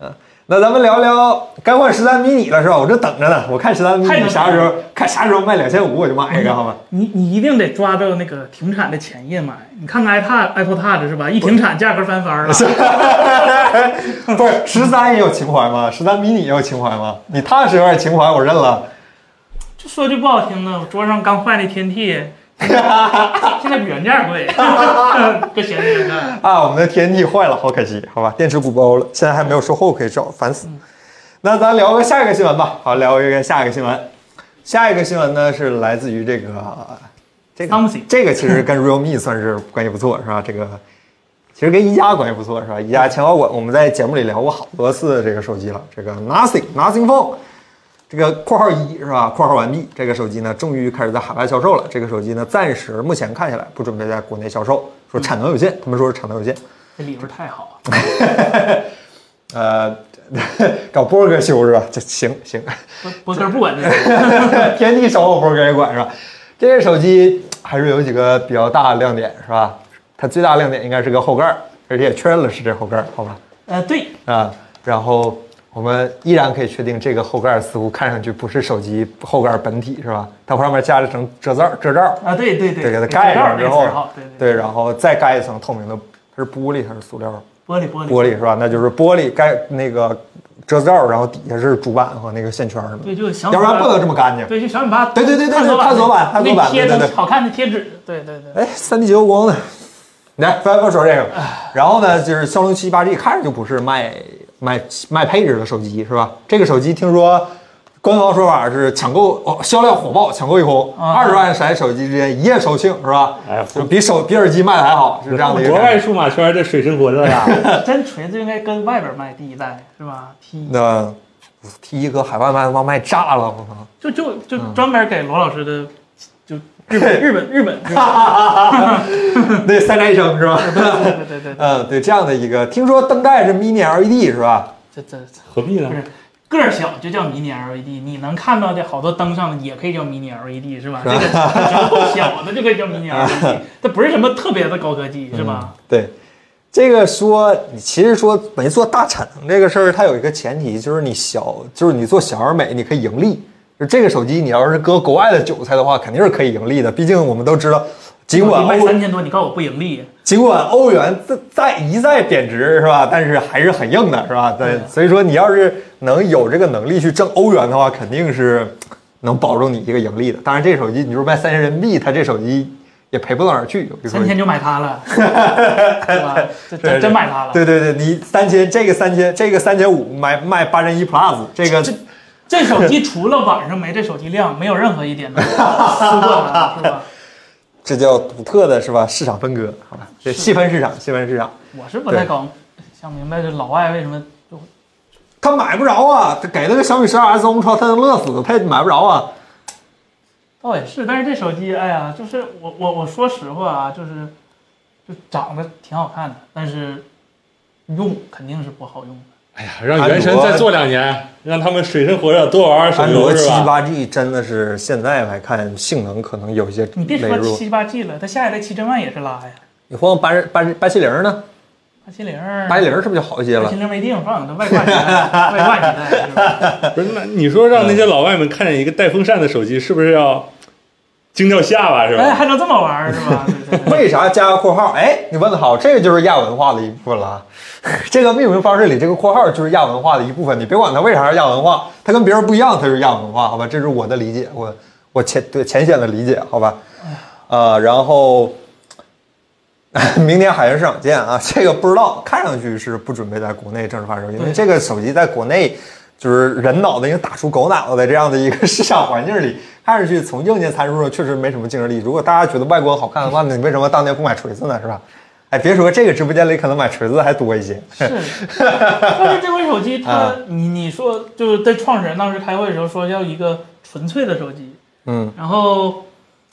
嗯，那咱们聊聊，该换十三迷你了是吧？我这等着呢，我看十三迷
太
你
能
啥时候看啥时候卖两千五，我就买一个，好 吗？
你你一定得抓到那个停产的前夜买。你看看 iPad、Apple Touch 是吧？一停产价格翻番儿了。
不是十三也有情怀吗？十三迷你也有情怀吗？你踏实有点情怀，我认了。
就说句不好听的，我桌上刚换那天梯，现在比原价贵， 不行这个事儿。
啊，我们的天梯坏了，好可惜，好吧，电池鼓包了，现在还没有售后可以找，烦死。那咱聊个下一个新闻吧，好，聊一个下一个新闻。下一个新闻呢是来自于这个这个
Something
这个其实跟 realme 算是关系不错，是吧？这个其实跟一加关系不错，是吧？一加前保管，我们在节目里聊过好多次这个手机了，这个 Nothing Nothing Phone。这个括号一是吧？括号完毕。这个手机呢，终于开始在海外销售了。这个手机呢，暂时目前看下来不准备在国内销售，说产能有限，他们说是产能有限。
这理由太好了，
呃， 找波哥修是吧？这行行，
博博哥不管这 个，
天地少我波哥也管是吧？这个手机还是有几个比较大的亮点是吧？它最大亮点应该是个后盖儿，而且也确认了是这后盖儿，好吧？
呃，对，
啊，然后我们依然可以确定这个后盖儿似乎看上去不是手机后盖儿本体是吧？它上面加了层遮罩遮罩儿，
啊，对对对，
对，给它
这
盖
道儿
上之
那
后
词儿好，对，对，
对，然后再盖一层透明的，它是玻璃还是塑料？
玻璃玻璃
玻璃是吧？那就是玻璃盖那个遮罩，然后底下是主板和那个线圈儿嘛
对，就想
要不然不能这么干净。
对，就小米八，
对对对对对
探
探索版
那
探索版
贴
对对
的
对
好看的贴纸， 对对对，
哎，三 D 结构光呢？来，不要说这个。然后呢，就是骁龙七八 G 看着就不是卖卖卖配置的手机是吧？这个手机听说官方说法是抢购哦，销量火爆，抢购一空，
啊
二十万台手机之间一夜售罄是吧？
哎
就比手比耳机卖的还好，是这样的一个
国
感觉。
外数码圈这水深火热啊 呀，
真锤子应该跟外边卖第一代是吧？T
那第一个海外卖他妈卖炸了，我操！
就就就
嗯
专门给罗老师的，就日本日本日本，日本
那三宅一生是吧？
对对对对对，
嗯，对，这样的一个，听说灯带是 Mini LED 是吧？
这这 这
何必 呢
不？是个儿小就叫迷你 LED，你能看到的好多灯上也可以叫迷你 LED 是吧？ 这个折扣小的就可以叫迷你 LED，它不是什么特别的高科技是吧？
对，这个说你其实说没做大产能这个事儿，它有一个前提就是你小，就是你做小而美，你可以盈利。就这个手机，你要是搁国外的韭菜的话，肯定是可以盈利的。毕竟我们都知道，尽管
你卖
欧
三千多，你告诉我不盈利，
尽管欧元再再一再贬值是吧？但是还是很硬的是吧？对，所以说你要是能有这个能力去挣欧元的话，肯定是能保证你一个盈利的。当然，这手机你说卖三千人民币，它这手机也赔不到哪儿去。有一说
三
一
千就买它 了，对吧？这真真买它了。
对对对，你三千，这个三千，这个三千五，买卖八针一 plus，这个
这这手机除了晚上没这手机亮，没有任何一点的输过它，是吧？
这叫独特的是吧？市场分割，好吧，这细分市场，细分市场，
我是不太搞想明白这老外为什么就
他买不着啊，他给那个小米十二 S Ultra，他能乐死，他也买不着啊。
倒也是，但是这手机，哎呀，就是我我我说实话啊，就是就长得挺好看的，但是用肯定是不好用的。
哎呀，让原神再做两年，让他们水深火热多玩玩手
安卓
游
七
是吧？
八 G 真的是现在来看性能可能有一些
你别
微
说
弱。
七八 G 了，它下一代七千万也是拉呀，
你换换八八八七零呢？
八七零，
八七零是不是就好一些
八
了
七？零没定，放它外挂几 代，外挂几代是吧？
不是，那你说让那些老外们看见一个带风扇的手机，是不是要惊掉下巴是
哎，
吧？
还能这么玩儿是吧？对对 对
为啥加个括号？哎，你问的好，这个就是亚文化的一部分了 啊。这个命名方式里，这个括号就是亚文化的一部分。你别管它为啥是亚文化，它跟别人不一样，它就是亚文化，好吧？这是我的理解，我我浅对浅显的理解，好吧？呃，然后 明年海洋市场见啊， 这个不知道，看上去是不准备在国内正式发售，因为
对
这个手机在国内就是人脑袋已经打出狗脑袋这样的一个市场环境里，看上去从硬件参数上确实没什么竞争力。如果大家觉得外观好看的话，那你为什么当年不买锤子呢？是吧？哎，别说这个直播间里可能买锤子还多一些。
是，但是这款手机它，
啊
你你说就是在创始人当时开会的时候说要一个纯粹的手机，
嗯，
然后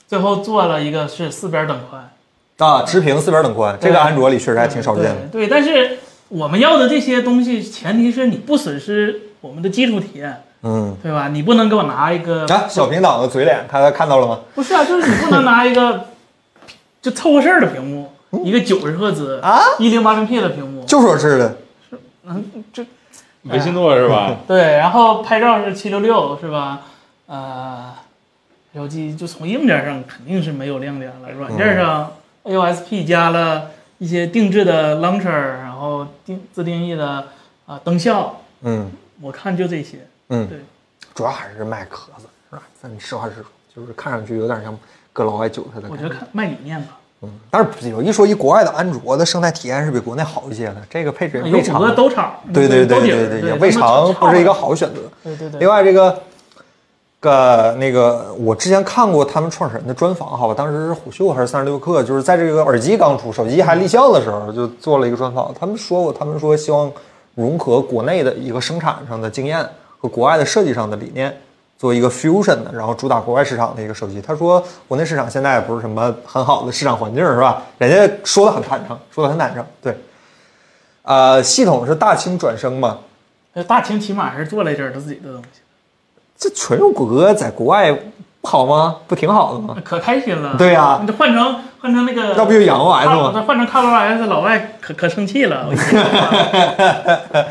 最后做了一个是四边等宽，
啊，直屏四边等宽，这个
对
安卓里确实还挺少见的。
对。对，但是我们要的这些东西，前提是你不损失我们的基础体验，
嗯，
对吧？你不能给我拿一个，
啊，小屏党的嘴脸，看看到了吗？
不是啊，就是你不能拿一 个就凑合事儿的屏幕，一个九十赫兹
嗯啊，
一零八零 P 的屏幕，
就说是的，
嗯，这
维信诺是吧？
对，然后拍照是七六六是吧？呃，手机就从硬件上肯定是没有亮点了，软
嗯
件上 AOSP 加了一些定制的 launcher，然后定自定义的啊、呃灯效，
嗯
我看就这些。
嗯，
对，
主要还是卖壳子，是吧？咱实话实说，就是看上去有点像割老外韭菜的
我
感
觉
觉
得。看卖理念吧，
嗯，但是有一说一，国外的安卓的生态体验是比国内好一些的，这个配置也
啊有
未
五
尝
个兜场，
对对
兜
对
底儿
对也
对他们
未尝不是一个
差
好选择。
不多。对对
另
对，
外这个，个那个我之前看过他们创始人的专访，好吧，当时是虎嗅还是三十六氪，就是在这个耳机刚出、手机还立项的时候，就做了一个专访。他们说过，他们说希望融合国内的一个生产上的经验和国外的设计上的理念。做一个 fusion 的，然后主打国外市场的一个手机。他说，国内市场现在也不是什么很好的市场环境，是吧？人家说的很坦诚，说的很坦诚。对，呃，系统是大清转生嘛，
呃大清起码还是做了一阵儿他自己的东西，
这纯用谷歌在国外不好吗？不挺好的吗
那？可开心了。
对呀
你这换成换成那个，
那不就洋 OS
卡
吗？
那换成卡罗 S，老外可可生气了。我跟你说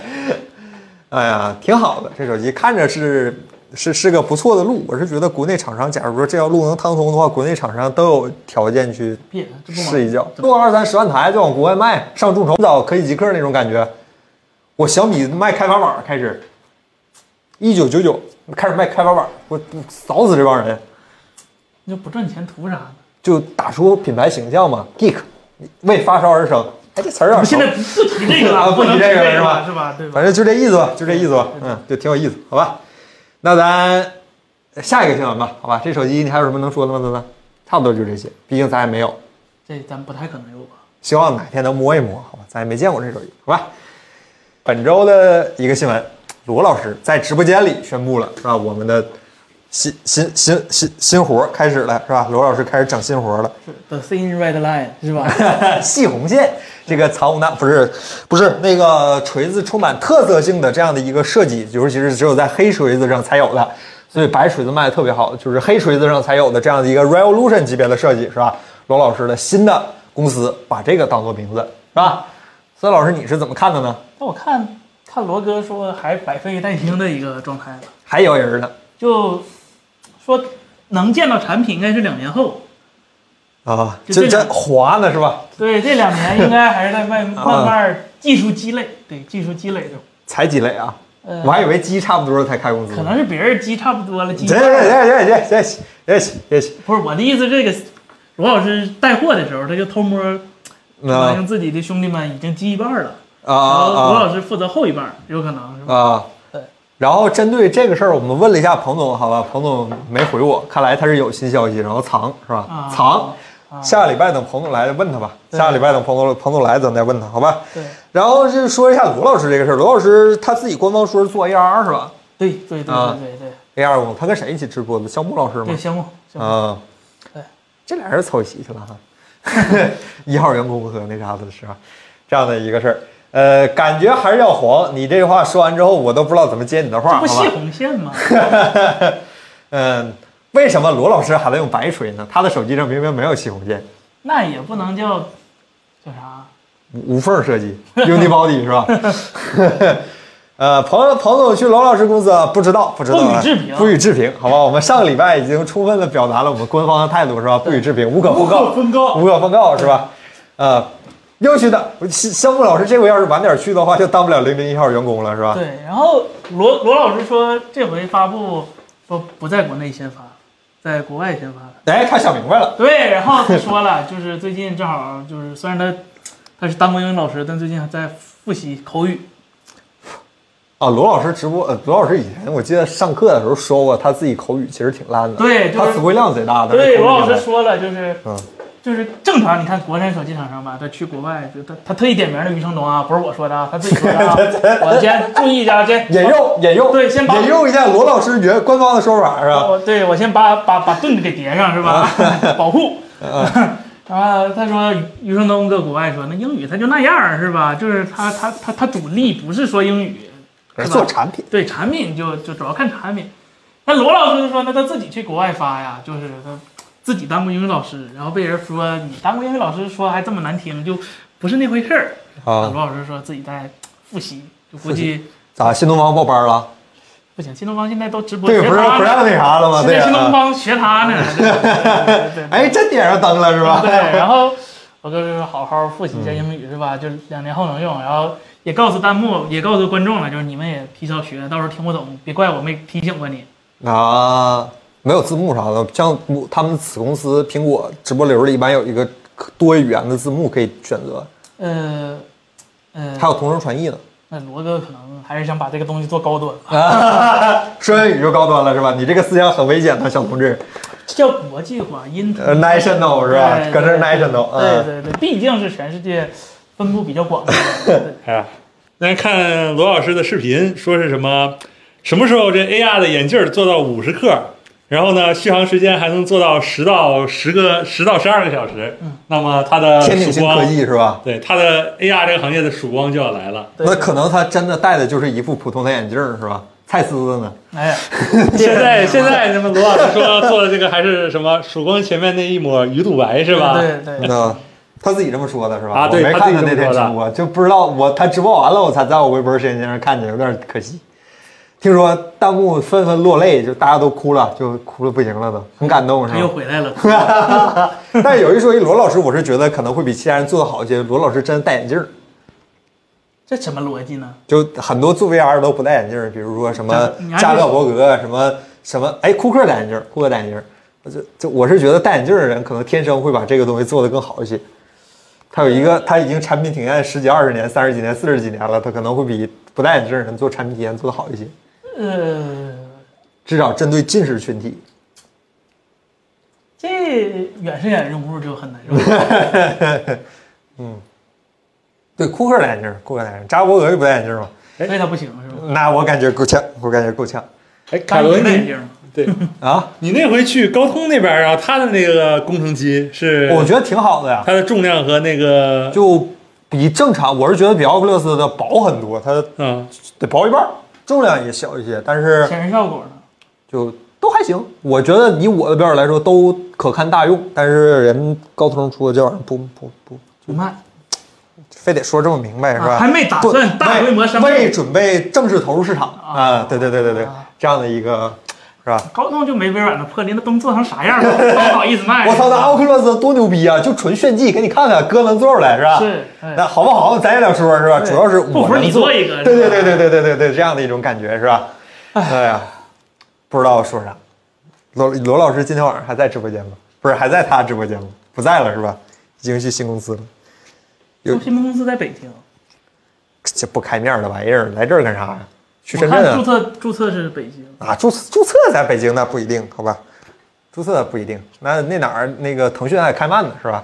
哎呀，挺好的，这手机看着是是是个不错的路。我是觉得国内厂商，假如说这条路能趟通的话，国内厂商都有条件去
别，这不
试一觉，做二三十万台就往国外卖，上众筹早可以即刻那种感觉。我小米卖开发板开始，一九九九开始卖开发板，我我扫死这帮人。
你就不赚钱图啥呢？
就打出品牌形象嘛，geek 为发烧而生，哎，这词儿
我
啊，
们现在不提这个
啊
了，
不提
能提
这个了
个
是吧
了，是吧？对吧？
反正就这意思吧，就这意思吧，嗯，就挺有意思，好吧？那咱下一个新闻吧，好吧？这手机你还有什么能说的吗？咱们差不多就这些，毕竟咱也没有，
这咱不太可能有吧？
希望哪天能摸一摸，好吧？咱也没见过这手机，好吧？本周的一个新闻，罗老师在直播间里宣布了，是吧？我们的新新新新新活儿开始了，是吧？罗老师开始整新活儿了。
是 The Thin Red Line 是 吧？
细红线，这个藏红蛋不是不是那个锤子充满特色性的这样的一个设计，尤其是只有在黑锤子上才有的，所以白锤子卖的特别好，就是黑锤子上才有的这样的一个 Revolution 级别的设计，是吧？罗老师的新的公司把这个当做名字，是吧？孙老师，你是怎么看的呢？
那我看看罗哥说还百废待兴的一个状态了，
还有人呢
就说能见到产品应该是两年后。
啊，
就
这
这
这
两
滑呢是吧？
对，这两年应该还是在慢
啊
慢慢技术积累，对技术积累中，
才积累啊，
呃
我还以为鸡差不多了才开工资呢。
可能是别人积差不多了，积
这
慢了
这这这这这这这，
不是我的意思，这个罗老师带货的时候，他就偷摸
啊那
反映自己的兄弟们已经积一半了，
啊
然后
啊！
罗老师负责后一半，有可能是吧？
啊，
对。
然后针对这个事儿，我们问了一下彭总，好吧，彭总没回我，看来他是有新消息，然后藏是吧？
啊
藏，
啊
下个礼拜等彭总来问他吧，
对
下个礼拜等彭总彭总来咱再问他，好吧？
对
然后就说一下罗老师这个事儿，罗老师他自己官方说是做 AR 是吧
对对对
啊
对对对
？AR 工，他跟谁一起直播的？肖木老师吗
对，？项目项目
啊，
对，
这俩人凑一起去了哈， 一号员工和那啥的是吧？这样的一个事儿，呃，感觉还是要黄。你这话说完之后，我都不知道怎么接你的话，好
这
吧
不？系红线吗？
嗯，为什么罗老师还在用白锤呢？他的手机上明明没有西红线，
那也不能叫叫啥？
无无缝设计，unibody 是吧？ 呃，朋友朋友去罗老师公司啊，不知道不知道啊，
不予置评
不予置评，好吧？我们上个礼拜已经充分的表达了我们官方的态度是吧？不予置评，无可奉告，
分高，
无可奉告是吧？呃，优秀的肖肖木老师，这回要是晚点去的话，就当不了零零一号员工了是吧？
对，然后罗罗老师说这回发布说不在国内先发，在国外先发。
哎，他想明白了，
对，然后他说了，就是最近正好就是虽然他他是当过英语老师，但最近还在复习口语。
啊，罗老师直播，呃，罗老师以前我记得上课的时候说过，他自己口语其实挺烂的，
对就是
他词汇量贼大的。
对，
口语
罗老
厉害
师说了，就是
嗯
就是正常，你看国产手机厂商吧，他去国外，就他他特意点名的余承东啊，不是我说的啊，他自己说 的啊。我先注意一下，先
引用引用，
对先把哦
引用一下罗老师原官方的说法是吧？
我对我先把把把盾给叠上是吧？ 保护。 啊，他说余承东搁国外说那英语他就那样儿是吧？就是他他他他主力不是说英语，是吧
做产品，
对产品就就主要看产品。那罗老师就说，那他自己去国外发呀，就是他自己当过英语老师，然后被人说你当过英语老师说还这么难听，就不是那回事儿。
啊
罗老师说自己在复习，就估计
咋新东方报班了？
不行，新东方现在都直播，
对，
学
不是
他
不
呢
让那啥了吗？
现
对
在新东
啊，
方学他呢，对对对对
哎，真点上灯了是吧？嗯
对，然后我就是好好复习一下英语是吧？就两年后能用，然后也告诉弹幕，也告诉观众了，就是你们也提早学，到时候听不懂，别怪我没提醒过你。
啊，没有字幕啥的，像我他们子公司苹果直播流里一般有一个多语言的字幕可以选择，
嗯
呃，呃，
还有同声传 译呢。
那罗哥可能还是想把这个东西做高端
啊
吧，
说英语就高端了是吧？你这个思想很危险的，小同志。
这叫国际化音。
呃，national 是吧
对
搁这儿
对
national，
对
嗯
对对，毕竟是全世界分布比较广的。对对
哎呀，那天看罗老师的视频，说是什么什么时候这 AR 的眼镜儿做到五十克，然后呢续航时间还能做到十到十个十到十二个小时，
嗯
那么它的
天顶
呃曙
新科
光，
技是吧？
对它的 AR 这个行业的曙光就要 来了。
对
那可能他真的戴的就是一副普通的眼镜儿是吧？蔡司呢？
哎呀，
现在现在那么罗老师说做的这个还是什么曙光前面那一抹鱼肚白是吧？
对对对，
那他自己这么说的是吧？
啊对
我没
他
看
自己
那
这么
天
说的
直播，就不知道我他直播完了，我才在我微博时间上看见，有点可惜。听说弹幕纷纷落泪，就大家都哭了，就哭了不行了都，很感动是
他又
吧？
回 来了。
嗯但有一说一，罗老师我是觉得可能会比其他人做的好一些。罗老师真戴眼镜儿，
这什么逻辑呢？
就很多做 VR 都不戴眼镜儿，比如说什么
你还是
加德伯格，啊什么什么，哎，库克戴眼镜儿，库克戴眼镜儿。我就就我是觉得戴眼镜儿的人可能天生会把这个东西做得更好一些。他有一个，他已经产品体验十几、二十年、三十几年、四十几年了，他可能会比不戴眼镜儿的人做产品体验做得好一些，
呃，
至少针对近视群体。
这远视眼融入就很难融 入。
对，库克戴眼镜儿，库克戴眼镜儿，扎伯格就不戴眼镜儿嘛。
所以他不行是吧？
那我感觉够呛，我感觉够呛
哎，凯伦
戴眼
你
镜吗？
对
啊！
你那回去高通那边儿，然后他的那个工程机是
我觉得挺好的呀，
它的重量和那个
就比正常，我是觉得比奥克勒斯的薄很多，它
嗯，
得薄一半儿，重量也小一些，但是
显示效果呢？
就都还行。我觉得以我的标准来说，都可堪大用。但是人高通出的这玩意儿不不不，
不卖，
非得说这么明白是吧？
啊还没打
不
算大规模商
为
业
为准备正式投入市场
啊
啊！对对对对对，这样的一个是吧？
高通就没微软的魄力，那都做成啥 样了，都好意思卖？
我操，那奥克勒斯多牛逼啊！就纯炫技，给你看看，哥能做出来是吧？
是哎
那好不好？咱也两说是吧？
对
主要是
不
我
服
能
你做一个
对对
是吧
对对对对对对，这样的一种感觉是吧？哎呀，不知道说啥。罗罗老师今天晚上还在直播间吗？不是，还在他直播间吗？不在了是吧？已经去新公司了，有
中芯公司在北京，
这不开面的玩意儿，来这儿干啥呀？去深
我
圳
看
啊
注？册注册是北京，
啊，注册注册在北京那不一定，好吧？注册不一定，那那哪儿那个腾讯还开曼呢，是吧？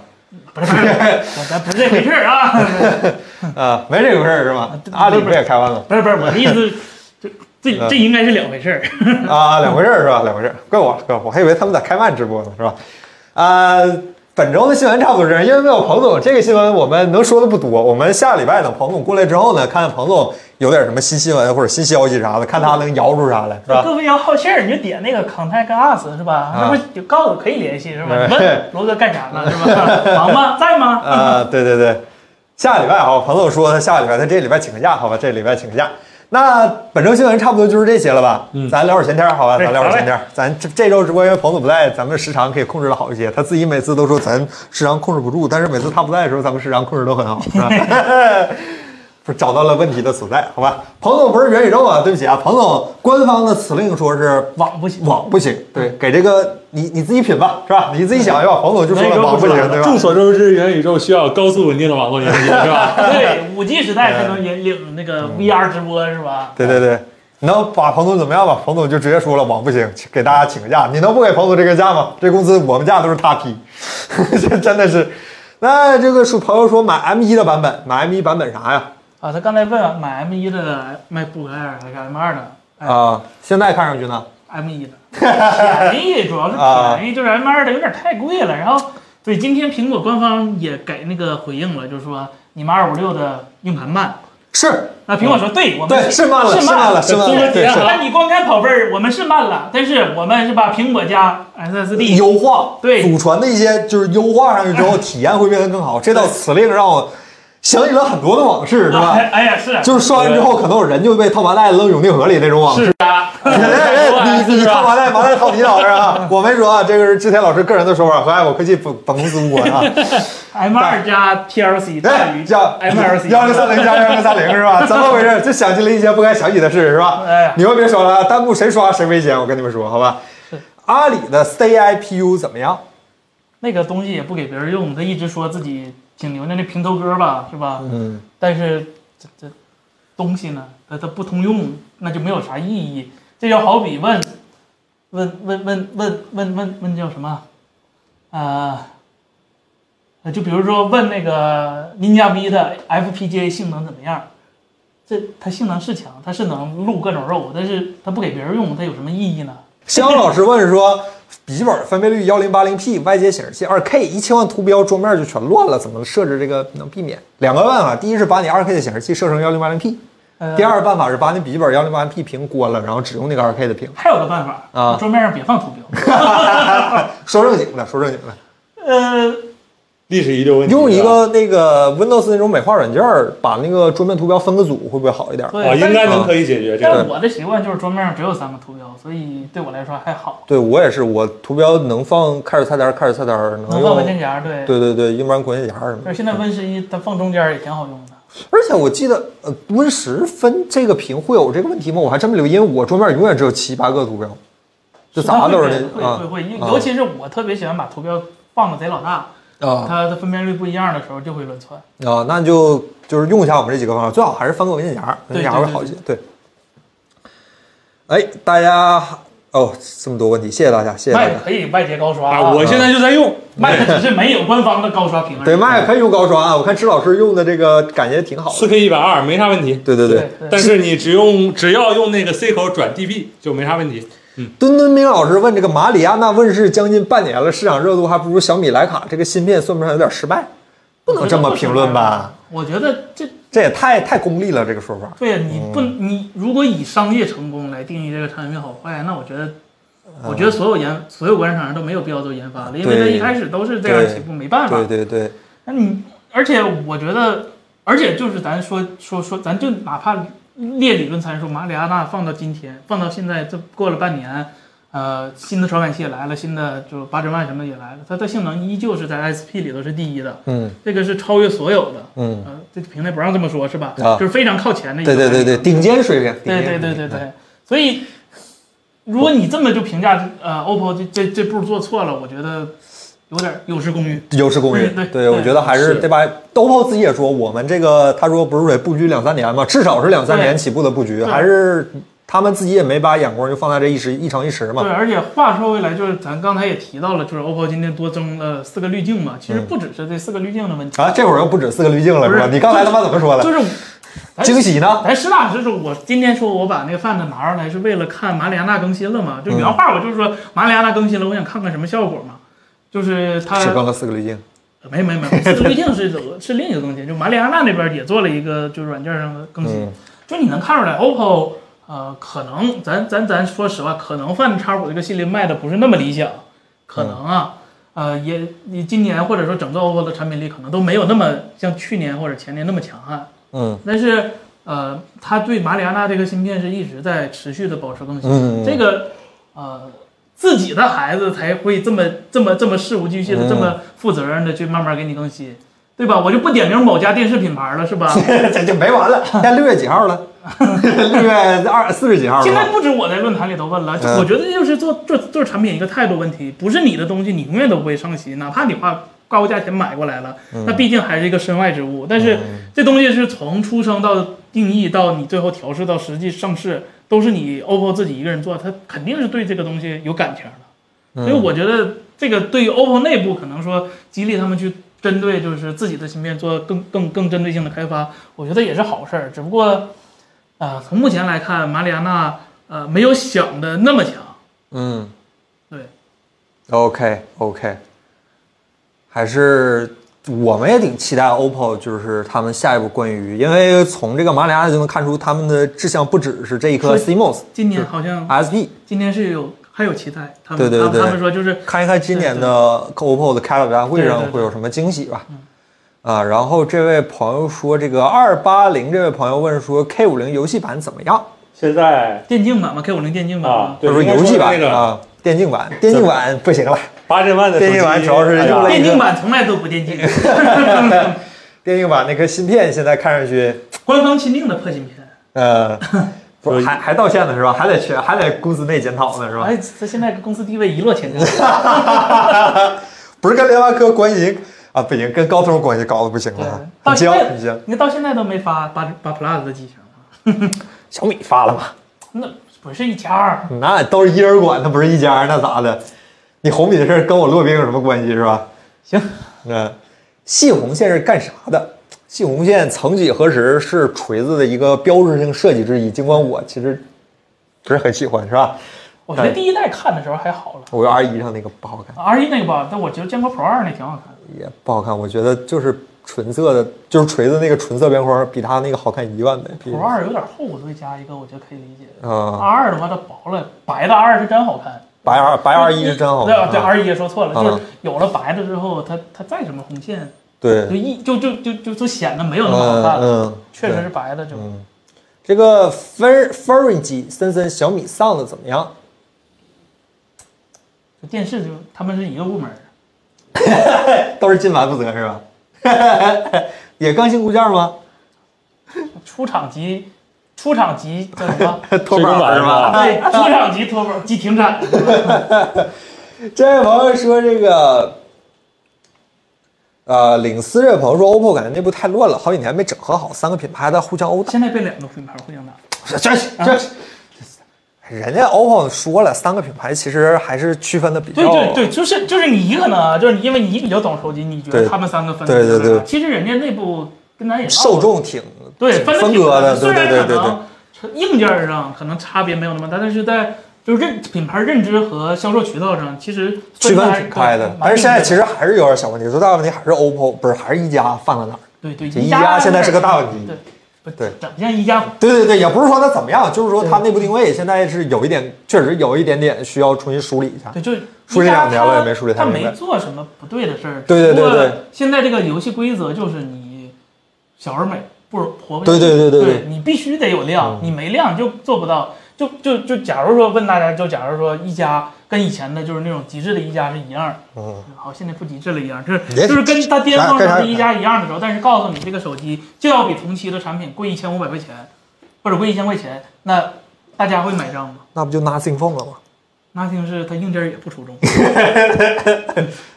不是，不是咱咱不是这回事儿啊，
啊，没这回事儿是吧？阿里不也开曼了吗？
不是不是，我的意思，这这
嗯
这应该是两回事儿。
啊，两回事儿是吧？两回事儿，怪我了，怪我，我还以为他们在开曼直播呢，是吧？啊、本周的新闻差不多是这样，因为没有彭总，这个新闻我们能说的不多。我们下礼拜等彭总过来之后呢，看看彭总有点什么新新闻或者新消息啥的，看他能摇出啥来，是吧？ 啊
各位要好信儿，你就点那个 Contact Us 是吧？那不有告诉可以联系是吧？
哎
你问罗哥干啥呢是吧？忙吗？在吗？
啊，对对对，下礼拜好，彭总说他下礼拜，他这礼拜请个假，好吧，这礼拜请个假。那本周新闻差不多就是这些了吧？嗯，咱聊会儿闲天儿，好吧？
哎
咱聊会儿
好嘞
闲天儿。咱这这周直播因为彭总不在，咱们时长可以控制的好一些。他自己每次都说咱时长控制不住，但是每次他不在的时候，咱们时长控制都很好，是吧？不是找到了问题的所在，好吧？彭总不是元宇宙啊，对不起啊，彭总官方的辞令说是
网不行，
网不行，对，给这个你你自己品吧，是吧？你自己想一想，彭总就说了网不行，对吧？
众所周知，元宇宙需要高速稳定的网络连接，是吧？
对，五 G 时代才能引领那
嗯
个 VR 直播是吧？
对对对，你能把彭总怎么样吧？彭总就直接说了，网不行，请给大家请个假。你能不给彭总这个假吗？这工资我们假都是他批，这 真的是。那这个说朋友说买 M 1的版本，买 M 1版本啥呀？
啊，他刚才问买 M 一的 MacBook Air 还是 M 二的
啊、现在看上去呢，
？M 一的 便宜，主要是
啊
便宜，就是 M 二的有点太贵了。然后对，今天苹果官方也给那个回应了，就是说你们二五六的硬盘慢。
是
那苹果说，对我们
嗯对是慢了，
是
慢
慢
了，是慢了，对是。
那你光看跑分儿，我们是慢了，但是我们是把苹果加 SSD
优化
对
祖传的一些就是优化上去之后，体验会变得更好。这道
对
辞令让我想起了很多的往事，是吧？
哎哎呀，是
就是说完之后，可能有人就被套麻袋扔永定河里那种往事。
是啊，
哎你你
是
套
吧？
麻袋，麻袋套你脑袋啊！我没说啊，这个是志天老师个人的说法，和爱我科技本本公司无关啊。
M 二加 PLC 大
哎
于，
叫
MLC
幺零三零加幺零三零是吧？怎么回事？就想起了一些不该想起的事是吧？
哎呀
你们别说了，啊，弹幕谁刷谁危险，我跟你们说好吧？阿里的 CIPU 怎么样？
那个东西也不给别人用，他一直说自己挺牛的那平头哥吧，是吧？
嗯，
但是这这东西呢，它它不通用，那就没有啥意义。这就好比问问问问问问问问叫什么？呃，呃就比如说问那个 Ninja V 的 FPGA 性能怎么样？这它性能是强，它是能录各种肉，但是它不给别人用，它有什么意义呢？
肖老师问说，笔记本分辨率幺零八零 P，外接显示器二 K，一千万图标桌面就全乱了，怎么设置这个能避免？两个办法，第一是把你二 K 的显示器设成幺零八零 P，
呃，
第二个办法是把你笔记本幺零八零 P 屏关了，然后只用那个二 K 的屏。
还有个办法
啊
桌面上别放图标。
说正经的，说正经的。
呃，
历史遗留问题啊，
用一个那个 Windows 那种美化软件儿，把那个桌面图标分个组，会不会好一点？
对，
啊，
但
应
是
该能可以解决这
但
个
是。我的习惯就是桌面上只有三个图标，所以对我来说还好。
对我也是，我图标能放开始菜单儿，开始菜单儿能
能放文
用。
件夹，对。
对对对，要不然滚键夹什么
就
的。
是现在 Win 十一它放中间也挺好用的。
而且我记得，呃，Win 十分这个屏会有这个问题吗？我还真没留意，因为我桌面永远只有七八个图标，就
它
咋
会
都
会
是那
会会
啊
会，因
啊
尤其是我特别喜欢把图标放的贼老大，
啊
它的分辨率不一样的时候就会乱窜。
啊！那就就是用一下我们这几个方法，最好还是翻个文件夹，文件夹会好一些。对。哎，大家哦，这么多问题，谢谢大家，谢谢大
卖
家。
可以外接高刷
啊，我现在就在用，
卖的只是没有官方的高刷屏而已。
对，麦可以用高刷啊！我看支老师用的这个感觉挺好的。
四 K 一百二没啥问题。
对对
对
对，
但是你只用只要用那个 C 口转 DB 就没啥问题。
墩墩兵老师问这个马里亚纳问世将近半年了，市场热度还不如小米徕卡，这个芯片算不上有点失败？不能这么评论吧？？
我觉得这
这也太太功利了，这个说法。
对呀，你
嗯
不你如果以商业成功来定义这个产品好坏，那我觉得。我觉得所有研所有国产厂商都没有必要做研发了，因为
嗯
它
对
一开始都是这样起步，没办法
对。对对，
那你而且我觉得，而且就是咱说说说，咱就哪怕列理论参数，马里亚纳放到今天，放到现在，这过了半年，呃，新的传感器也来了，新的就是八针万什么的也来了，它的性能依旧是在 SP 里头是第一的，
嗯
这个是超越所有的。
嗯，
呃，这平台不让这么说，是吧？
啊
就是非常靠前的一个
对对对对，
排名
顶尖水平。顶尖水
对对对
平
对对，所以如果你这么就评价呃 OPPO 这这这步做错了，我觉得有点有失公允。
优势公
对
允，
对
对我觉得还是
是
对吧？OPPO 自己也说，我们这个他说不是得布局两三年嘛，至少是两三
对
年起步的布局，
对
还是他们自己也没把眼光就放在这一时一城一时嘛
对，。而且话说回来，就是咱刚才也提到了，就是 OPPO 今天多增了四个滤镜嘛，其实不只是这四个滤镜的问题，
啊，这会儿又不止四个滤镜了，
不
是
是
吧？你刚才他妈怎么说的？
就是哎
惊喜呢？
咱实打实说，我今天说我把那个 Find 拿上来是为了看马里亚纳更新了嘛，就原话我就是说马里亚纳更新了，我想看看什么效果嘛，就是它
只更了四个滤镜。
没没没，四个滤镜是走是另一个更新，就马里亚纳那边也做了一个就是软件上的更新，
嗯
就你能看出来 OPPO 呃可能咱咱咱说实话，可能 Find X 五这个系列卖的不是那么理想，可能啊。呃，也你今年或者说整个 OPPO 的产品力可能都没有那么像去年或者前年那么强啊悍，
嗯
但是呃，它对马里亚纳这个芯片是一直在持续的保持更新，
嗯，
这个呃自己的孩子才会这么这么这么事无巨细的、
嗯
这么负责任的去慢慢给你更新，对吧？我就不点名某家电视品牌了，是吧？
这就没完了。现在六月几号了？六月二四十几号
现在
了？
不止我在论坛里头问了，就
嗯
我觉得就是做做做产品一个态度问题，不是你的东西你永远都不会上心，哪怕你花高价钱买过来了，
嗯
那毕竟还是一个身外之物。但是这东西是从出生到定义到你最后调试到实际上市，都是你 OPPO 自己一个人做，他肯定是对这个东西有感情
嗯
的。所以我觉得这个对于 OPPO 内部可能说激励他们去针对就是自己的芯片做更更更针对性的开发，我觉得也是好事儿。只不过，呃，从目前来看，马里亚纳呃没有想的那么强。
嗯
对，
，OK OK，还是我们也挺期待 OPPO，就是他们下一步关于，因为从这个马里亚纳就能看出他们的志向不只是这一颗
是
CMOS
今年好像
SP，
今年是有还有期待，他
对
们
对
他们
对
他们说就是
看一看今年的 OPPO 的开发大会
嗯对对嗯
上
对
会有什么惊喜吧。啊，然后这位朋友说，这个二八零这位朋友问说，K 五零游戏版怎么样？
现在
电竞版嘛，K 五零电竞版
啊
嘛，
对
他说
应该
游戏
说
版
那个
啊，电竞版，电竞版不行了，
八千万的
电竞
手机
版主要是
哎呀
用来
电竞版从来都不电竞，
电竞版那颗芯片现在看上去，
官方钦定的破芯片。
呃，不
有
还还道歉呢是吧？还得去，还得公司内检讨呢是吧？
哎，这现在公司地位一落 千丈。
不是跟联发科关系啊，不行，跟高通关系搞得不行
对
了，，
到
很
现
僵
在
很僵。
你到现在都没发八八 plus 的机型，
小米发了吗？
那不是一家儿。
那都是一人管，那不是一家，那咋的？你红米的事儿跟我骆宾有什么关系是吧？
行，
嗯，细红线是干啥的？细红线曾几何时是锤子的一个标志性设计之一，尽管我其实不是很喜欢，是吧？
我觉得第一代看的时候还好了
我 R 一上那个不好看，
，R 一那个吧，但我觉得坚果 Pro 二那挺好看的。
也不好看，我觉得就是纯色的，就是锤子那个纯色边框比它那个好看一万倍。比
Pro 二有点厚，所以加一个我觉得可以理解。
嗯，
R 二的话它薄了，白的 R 是真好看。
白 R 白 R 一是真好
对啊，
看，
对
啊
R 一说错了，
嗯
就是有了白的之后，它它再什么红线，
啊对
就，一就就就就就显得没有那么好
嗯
看了。
嗯，
确实
对
是白的就
这个 Fer Ferry 机森森小米 Sound 怎么样？
就电视就他们是一个部门儿。
都是进完负责是吧？ 也更新固件吗？
出厂级，出厂级叫什 么？
拖
水
板
中板
是
是吧
吧？
对，出厂级拖板及停产。
这位朋友说这个，呃，领思这位朋友说 OPPO 感觉内部太乱了，好几年没整合好，三个品牌在互相殴打。
现在被两个品牌互相打，
这这这，啊人家 OPPO 说了，三个品牌其实还是区分的比较
对对对，就是就是你可能啊，就是因为你比较懂手机，你觉
对
得他们三个分的
对对
挺大
对
其实人家内部跟咱也闹
受众挺
对
挺
分得
分
挺
割
大
的，
虽
对对
然
对
可
对对
能。硬件上可能差别没有那么大，但是在就认品牌认知和销售渠道上，其实
区
得
分
还
挺开的
蛮，
但是现在其
明
实还是有点小问题。最大问题还是 OPPO，不是还是一加犯了哪儿？
显的对
这
对，
一加现在是个大问题
对，不
对
整像一加
对对对，也不是说它怎么样，就是说它内部定位现在是有一点，确实有一点点需要重新梳理一下。
对，就
梳理两年了也没梳理太
他
明白
没做什么不对的事儿。
对对对
只不过
对
现在这个游戏规则就是你小而美，不如活不
对
起
对对对
对
对嗯
你必须得有量，你没量就做不到。就就就，假如说问大家，就假如说一加跟以前的就是那种极致的一加是一样，
嗯，
好，现在不极致了一样，就是
也
就是跟它巅峰
干
时
啥
候的一加一样的时候，但是告诉你这个手机就要比同期的产品贵一千五百块钱，或者贵一千块钱，那大家会买账吗？
那不就 Nothing Phone 了吗？
那听是它硬件也不出众。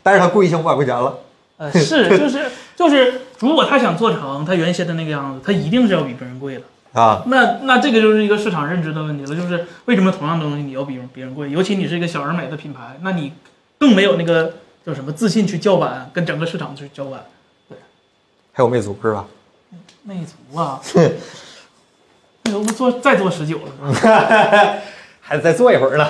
但是它贵一千五百块钱了。
呃，是，就是就是，如果他想做成他原先的那个样子，他一定是要比别人贵的。
啊，
那那这个就是一个市场认知的问题了，就是为什么同样的东西你要比别人贵？尤其你是一个小而美的品牌，那你更没有那个叫什么自信去叫板，跟整个市场去叫板。
还有魅族是吧？
魅族啊，魅族不做再做十九了吗？
还得再坐一会儿呢。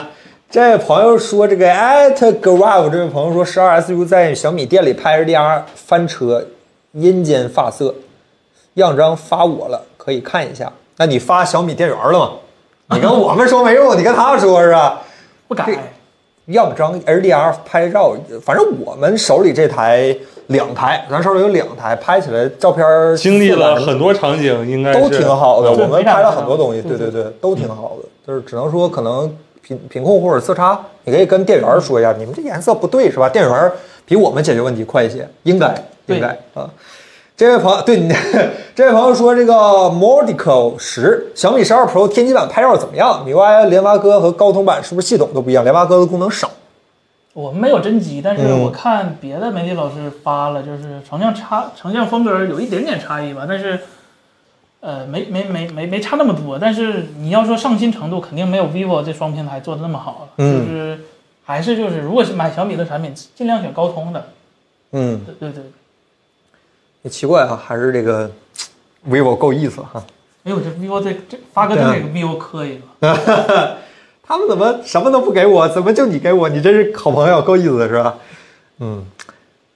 这位朋友说，这个 at grav 这位朋友说，十二 SU 在小米店里拍 HDR 翻车，阴间发色，样张发我了，可以看一下。那你发小米店员了吗？你跟我们说没用，你跟他们说是吧？
不改
这，样张 HDR 拍照，反正我们手里这台两台，咱手里有两台，拍起来照片儿
经历了
色彩
很多场景，应该是
都挺好的。
嗯
我们拍了很多东西，
对
对对对，都挺好的。就是只能说可能品品控或者色差，你可以跟店员说一下，你们这颜色不对是吧？店员比我们解决问题快一些，应该
对
应该啊。这位朋友，对你，这位朋友说这个 Modico 十小米十二 Pro 天玑版拍照怎么样？MIUI 联发科和高通版是不是系统都不一样？联发科的功能少。
我们没有真机，但是
嗯
我看别的媒体老师发了，就是成像差、成像风格有一点点差异吧，但是，呃，没没没没没差那么多。但是你要说上新程度，肯定没有 vivo 这双平台做的那么好了。
嗯
就是还是就是，如果是买小米的产品，尽量选高通的。
嗯，
对对对，
也奇怪啊，还是这个 vivo 够意思哈、
哎呦，这 vivo 这这发哥真
啊
给 vivo 磕一个。
他们怎么什么都不给我，怎么就你给我？你真是好朋友，够意思的是吧？嗯，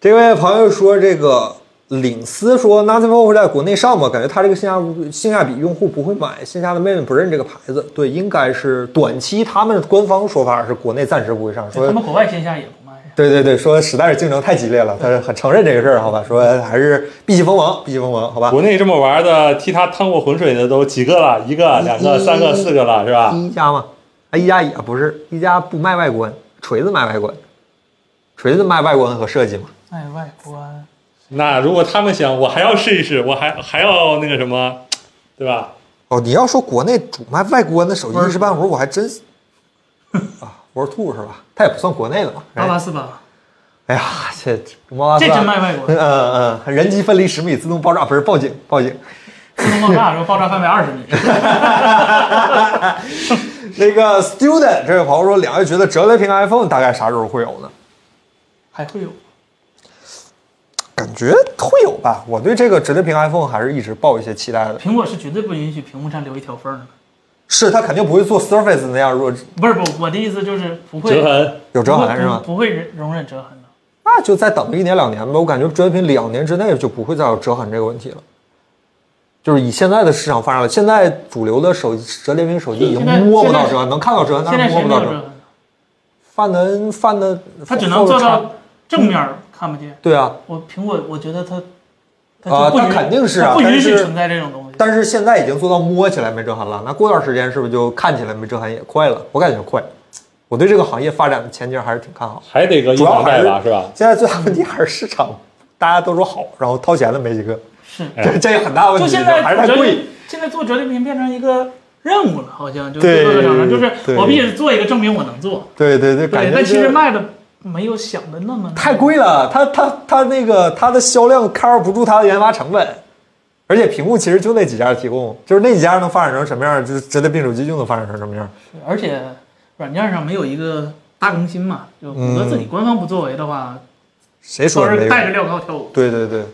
这位朋友说这个领思说 Nothing Phone 会在国内上吗？感觉它这个性价性价比用户不会买，线下的妹妹不认这个牌子。对，应该是短期他们官方说法是国内暂时不会上，
哎
说
他们国外线下也不卖呀。
对对对，说实在是竞争太激烈了，他是很承认这个事儿，好吧？说还是避其锋芒，避其锋芒，好吧？
国内这么玩的，替他趟过浑水的都几个了？一个、两个、三个、四个
嗯
了，是吧？
一加嘛，啊，一加也不是，一加不卖外观，锤子卖外观，锤子卖外观和设计嘛。
哎，外观，
那如果他们想，我还要试一试，我还还要那个什么，对吧？
哦，你要说国内主卖外观的手机一时半会儿，我还真 啊，World Two 是吧？它也不算国内了嘛。
八
哎
八四八，
哎呀，这猫八
这真卖外国
嗯嗯嗯，人机分离十米自动爆炸，不是报警报 警。
自动爆炸，然后爆炸范围二十米。
那个 student 这位朋友说，两位觉得折叠屏 iPhone 大概啥时候会有呢？
还会有
感觉会有吧。我对这个折叠屏 iPhone 还是一直抱一些期待的。
苹果是绝对不允许屏幕上留一条缝儿的，
是，它肯定不会做 Surface 那样，如果
不是不，我的意思就是不会
折痕，
有折痕是吗
不？不会容忍折痕的。
那就再等个一年两年吧。我感觉折叠屏两年之内就不会再有折痕这个问题了。就是以现在的市场发展了，现在主流的手折叠屏手机已经
现在
摸不到折痕，能看到折痕，但
现在
是摸不
谁没有
到折
折
痕。
痕？
范能范的，
它只能做
Photoshop-
到正面儿看不见。
对啊，
我苹果，我觉得它，
啊
它就不
它
允
肯定是啊
它不
但
允许
是
存在这种东西。
但是现在已经做到摸起来没折痕了，那过段时间是不是就看起来没折痕也快了？我感觉快，我对这个行业发展的前景还是挺看好。
还得个一
主要
两
还
代
是
吧，是吧？
现在最大问题还是市场，大家都说好，然后掏钱的没几个，
是，
哎
这这个很大问
就
题，
现在
还是太
折
贵
叠。，现在做折叠屏变成一个任务了，好像就
对
各个厂商就是
对
我必须做一个证明我能做。
对对对，
对
感，觉
但其实
这
卖的没有想的那么
太。贵了，它它它那个它的销量 cover 不住它的研发成本，而且屏幕其实就那几家提供，就是那几家能发展成什么样，就是折叠屏手机就能发展成什么样。
是而且软件上没有一个大更新嘛，就谷歌自己官方不作为的话，
谁说
都
的嗯没
是
有？
带着镣铐跳舞。
对对对，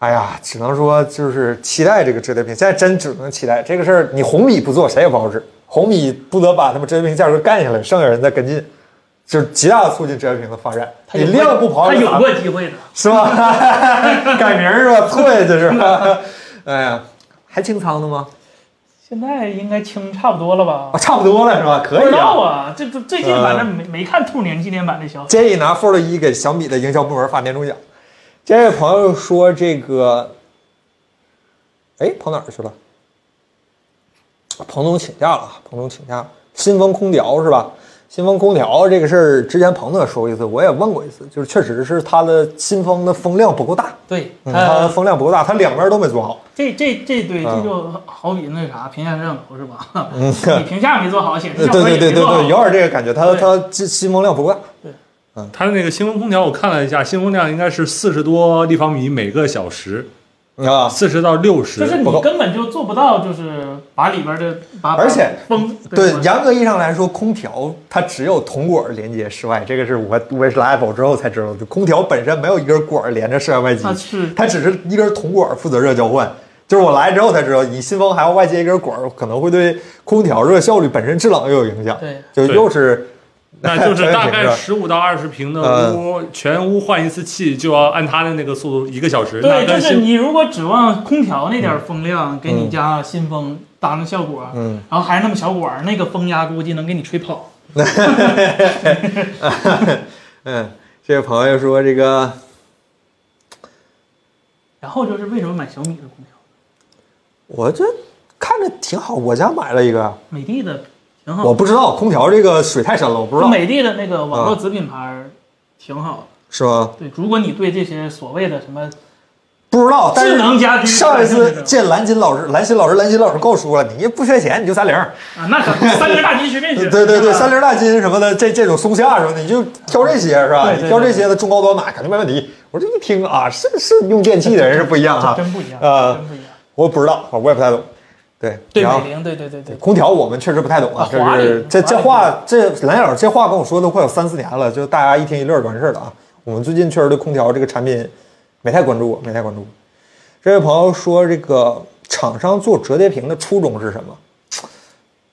哎呀，只能说就是期待这个折叠屏，现在真只能期待这个事儿。你红米不做，谁也不好使。红米不得把他们折叠屏价格干下来，剩下人再跟进，就是极大的促进折叠屏的发展。
它
你
有过
量哎不跑，
它有
咋
过机会的。
是吧？改名儿是吧？错呀，这是吧。哎呀，还清仓的吗？
现在应该清差不多了吧
啊，？差不多了是吧？
不
可
知
以
道
啊。嗯
啊，这这最近反正没没看兔年纪念版的消息。
建议拿 Fold 一给小米的营销部门发年终奖。这位朋友说这个，哎，跑哪儿去了？彭总请假了，彭总请假了。新风空调是吧？新风空调这个事儿，之前彭总也说过一次，我也问过一次，就是确实是它的新风的风量不够大，
对，
嗯，它的风量不够大，它两边都没做好。
这这这对，
嗯
这就好比那啥屏下摄像头是吧？你屏下没做好，显
对
示效果
对
也
对
没
对
做好
对，。有点这个感觉，它
对
它这新风量不够大。嗯
它那个新风空调，我看了一下，新风量应该是四十多立方米每个小时，
啊，
四十到六十。
就是
不够
你根本就做不到，就是把里边的把
而且
把风
对，
吧
严格意义上来说，空调它只有铜管连接室外，这个是我我也是来 Apple 之后才知道的。空调本身没有一根管连着室外外机
啊，是
它只是一根铜管负责热交换。就是我来之后才知道，你新风还要外接一根管，可能会对空调热效率本身制冷又有影响。
对，
就
对
又是
那就是大 概
是
十五到二十
嗯
平的屋，全屋换一次气就要按它的那个速度一个小时。
对，
那
就
跟
是
新
你如果指望空调那点风量给你加新风搭上效果，
嗯，
然后还是那么小管儿，那个风压估计能给你吹跑。
嗯，这位朋友说这个
然后就是为什么买小米的空调，
我这看着挺好，我家买了一个，啊
美的的挺好
我，不知道空调这个水太深了，我不知
就
道
嗯
啊
美的的那个网络子品牌儿挺好的。
是吗？
对，如果你对这些所谓的什么
不知道，但是
智能家居
上一次见蓝金老师，蓝心老师，蓝心老师跟我说了，你不缺钱，你就三 菱。
啊， 那可三根大鸡随便
对
选。
对对，
啊
三菱大金什么的，这这种松下什么的，你就挑这些是吧？
对对对
你挑这些的中高端买肯定没问题。我这一听啊，是是用电器的人是不一样哈
这，真不一样
啊
真不一样。
我不知道，我也不太懂。对，
对
然后
美菱，对对对对，
空调我们确实不太懂啊
啊，
这
华
是
丽
这这
华
话这蓝老师这话跟我说都快有三四年了，就大家一听一乐儿完事儿了啊。我们最近确实对空调这个产品没太关注过，没太关注过。这位朋友说，这个厂商做折叠屏的初衷是什么？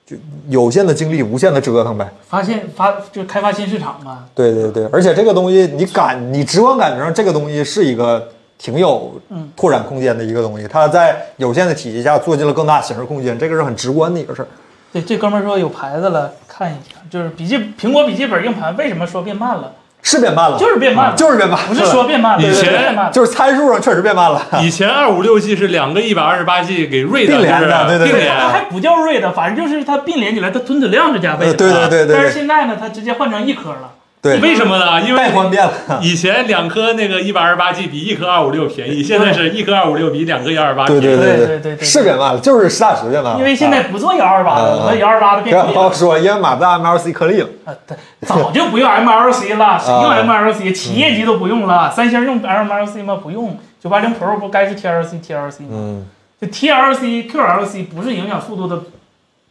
就有限的精力，无限的折腾呗。
发现发就开发新市场嘛，
对对对，而且这个东西你感，你直观感觉上这个东西是一个挺有
嗯
拓展空间的一个东西，它在有限的体系下做进了更大显示空间，这个是很直观的一个事儿。
对，这哥们儿说有牌子了，看一下，就是笔记苹果笔记本硬盘为什么说变慢了？
是变慢了，
就是变慢了，
就是变慢，
不是说变慢了，
以前
就是变慢
啊
了，
就是参数上确实变慢了。
以前二五六 G 是两个一百二十八 G 给瑞
并联的
的，
对对
并
对
它还
联。
不叫 RAID，反正就是它并联起来，它吞吐量是加倍
呃，
的。
对对对对
但是
对
现在呢，它直接换成一颗了。
对，
为什么呢？因
带宽
为
变 了，
以前两颗那个一百二十八 G 比一颗二五六便宜，现在是一颗二五六比两个幺二八
对
便宜。
对
对
对对对
是变慢了，就是实打实变慢了。
因为现在不做幺二八
啊
了，我们幺二八的
不
变
要
贵
不要
了。
说，因为马自达 MLC 颗粒了，
啊对，早就不用 MLC 了，谁用
啊嗯
MLC？企业级都不用了。三星用 MLC 吗？不用。九八零 Pro 不该是 TLC TLC 吗？
嗯，
就 TLC、QLC 不是影响速度的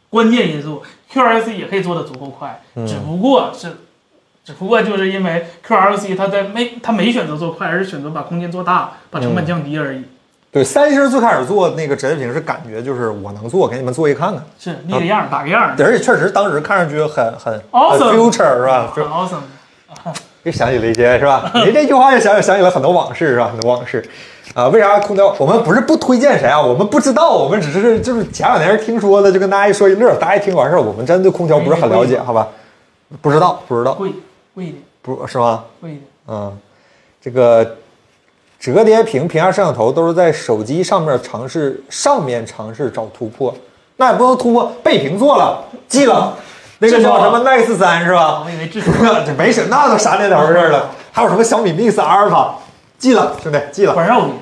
关键因素，QLC 也可以做得足够快，
嗯
只不过是，只不过就是因为 QLC 它在没它没选择做快，而是选择把空间做大，把成
嗯
本降低而已。
对，三星最开始做那个折叠屏是感觉就是我能做，给你们做一看看，
是立个样儿，打个样儿。
而且确实当时看上去很很很
Awesome
future 是吧？
很
就
awesome，
又想起了一些是吧？您这句话又想想起了很多往事是吧？很多往事，啊，为啥空调？我们不是不推荐谁啊，我们不知道，我们只是就是前两年听说的，就跟大家一说一乐，大家一听完事儿，我们真对空调不是很了解，好吧？不知道，不知道，
贵贵一点，
不是吗？
贵一点。
嗯，这个折叠屏、屏下摄像头都是在手机上面尝试上面尝试找突破，那也不能突破，背屏做了，记了，那个叫什么 Nex 三是吧？
我以为至少，
这没事，那都啥年头的事儿了？还有什么小米 Mix 阿尔法？记了，兄弟，记了。
管肉你。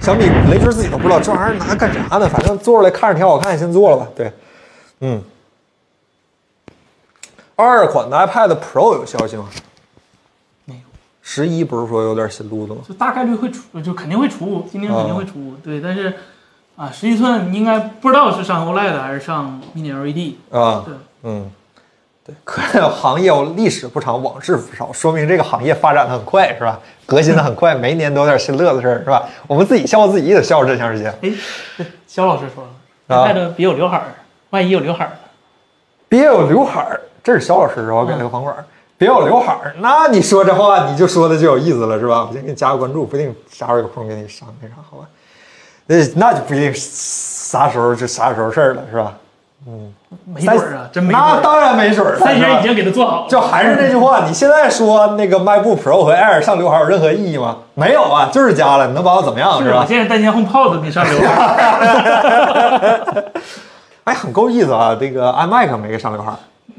小米雷军自己都不知道这玩意儿拿干啥呢，反正做出来看着挺好看，先做了吧。对，嗯。二款的 iPad Pro 有消息吗？
没有。
十一不是说有点新路子吗？
就大概率会出，就肯定会出，今天肯定会出。对，但是啊，十一寸应该不知道是上 OLED 还是上 Mini LED。
啊，
对，
嗯，对，可行业历史不长，往事不少，说明这个行业发展的很快，是吧？革新的很快，每一年都有点新乐子事儿，是吧？我们自己笑话自己也得笑话这长时间。
哎，这肖老师说了，
啊
带着别有刘海儿，万一有刘海儿呢？
别有刘海儿，这是肖老师是吧？我给
嗯
了个房管儿。别有刘海儿，那你说这话你就说的就有意思了，是吧？我先给你加个关注，不一定啥时候有空给你上那啥，好吧？那那就不一定啥时候是啥时候事儿了，是吧？
没准儿啊，真没准
那
儿。
当然没准儿了，
三
是吧
星已经给他做好了，
就还是那句话，你现在说那个 MacBook Pro 和 Air 上刘海有任何意义吗？没有啊，就是加了，你能把我怎么样
就是是我
吧？
现在担心 HomePod 没上刘海 儿，
哎，很够意思啊，这个 iMac 没个上刘海，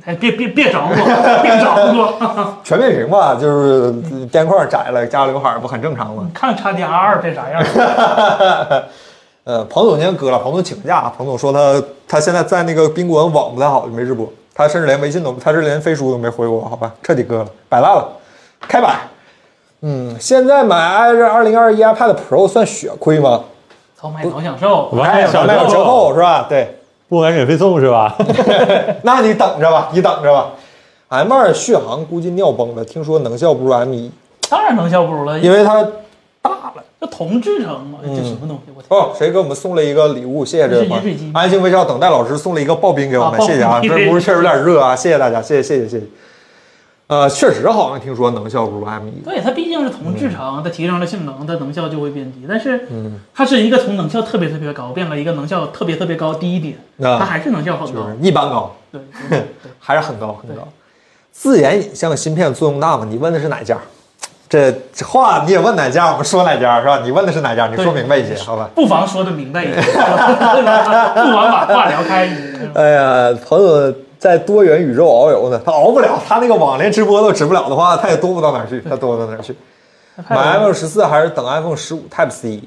哎，别别别找我，别找我，
全面屏吧，就是边框窄了，加刘海不很正常吗？
看叉 D R 二变啥样 儿。
呃，彭总今天割了，彭总请假，彭总说他他现在在那个宾馆网不太好，就没直播，他甚至连微信都，他是连飞书都没回我，好吧，彻底割了，摆烂了，开摆。嗯，现在买 i 二零二一 iPad Pro 算血亏吗？
早买早享受，
完
哎，
了，
咱
小
们有折
折扣，
扣是吧？对，
不敢免费送是吧？
那你等着吧，你等着吧。M 二续航估计尿崩了，听说能效不如 M 一，
当然能效不如了，
因为它
大了，这铜制成嘛，这什么东西？我天，
哦，谁给我们送了一个礼物？谢谢这位朋
这是饮水机
友。安心微笑等待老师送了一个刨冰给我
啊
们，
刨
谢谢啊！
冰
这屋确实有点热啊，谢谢大家，谢谢谢谢谢谢。呃，确实好像听说能效不如 M 一，
对，它毕竟是铜
嗯
制成，它提升了性能，它能效就会变低。但是，它是一个从能效特别特别高变了一个能效特别特别高低一点，
啊
它还是能效很
就
高
是。一般高，
对，对对
还是很高很
对
高。自研影像芯片作用大吗？你问的是哪家？这这话你也问哪家，我们说哪家是吧？你问的是哪家？你说
对
明白一些，好吧？
不妨说的明白 一点，对吧不妨把话聊开一点。
哎呀，彭总在多元宇宙遨游呢，他熬不了，他那个网联直播都直不了的话，他也多不到哪儿去，他多不到哪儿去。买 iPhone 十四还是等 iPhone 十五 Type C？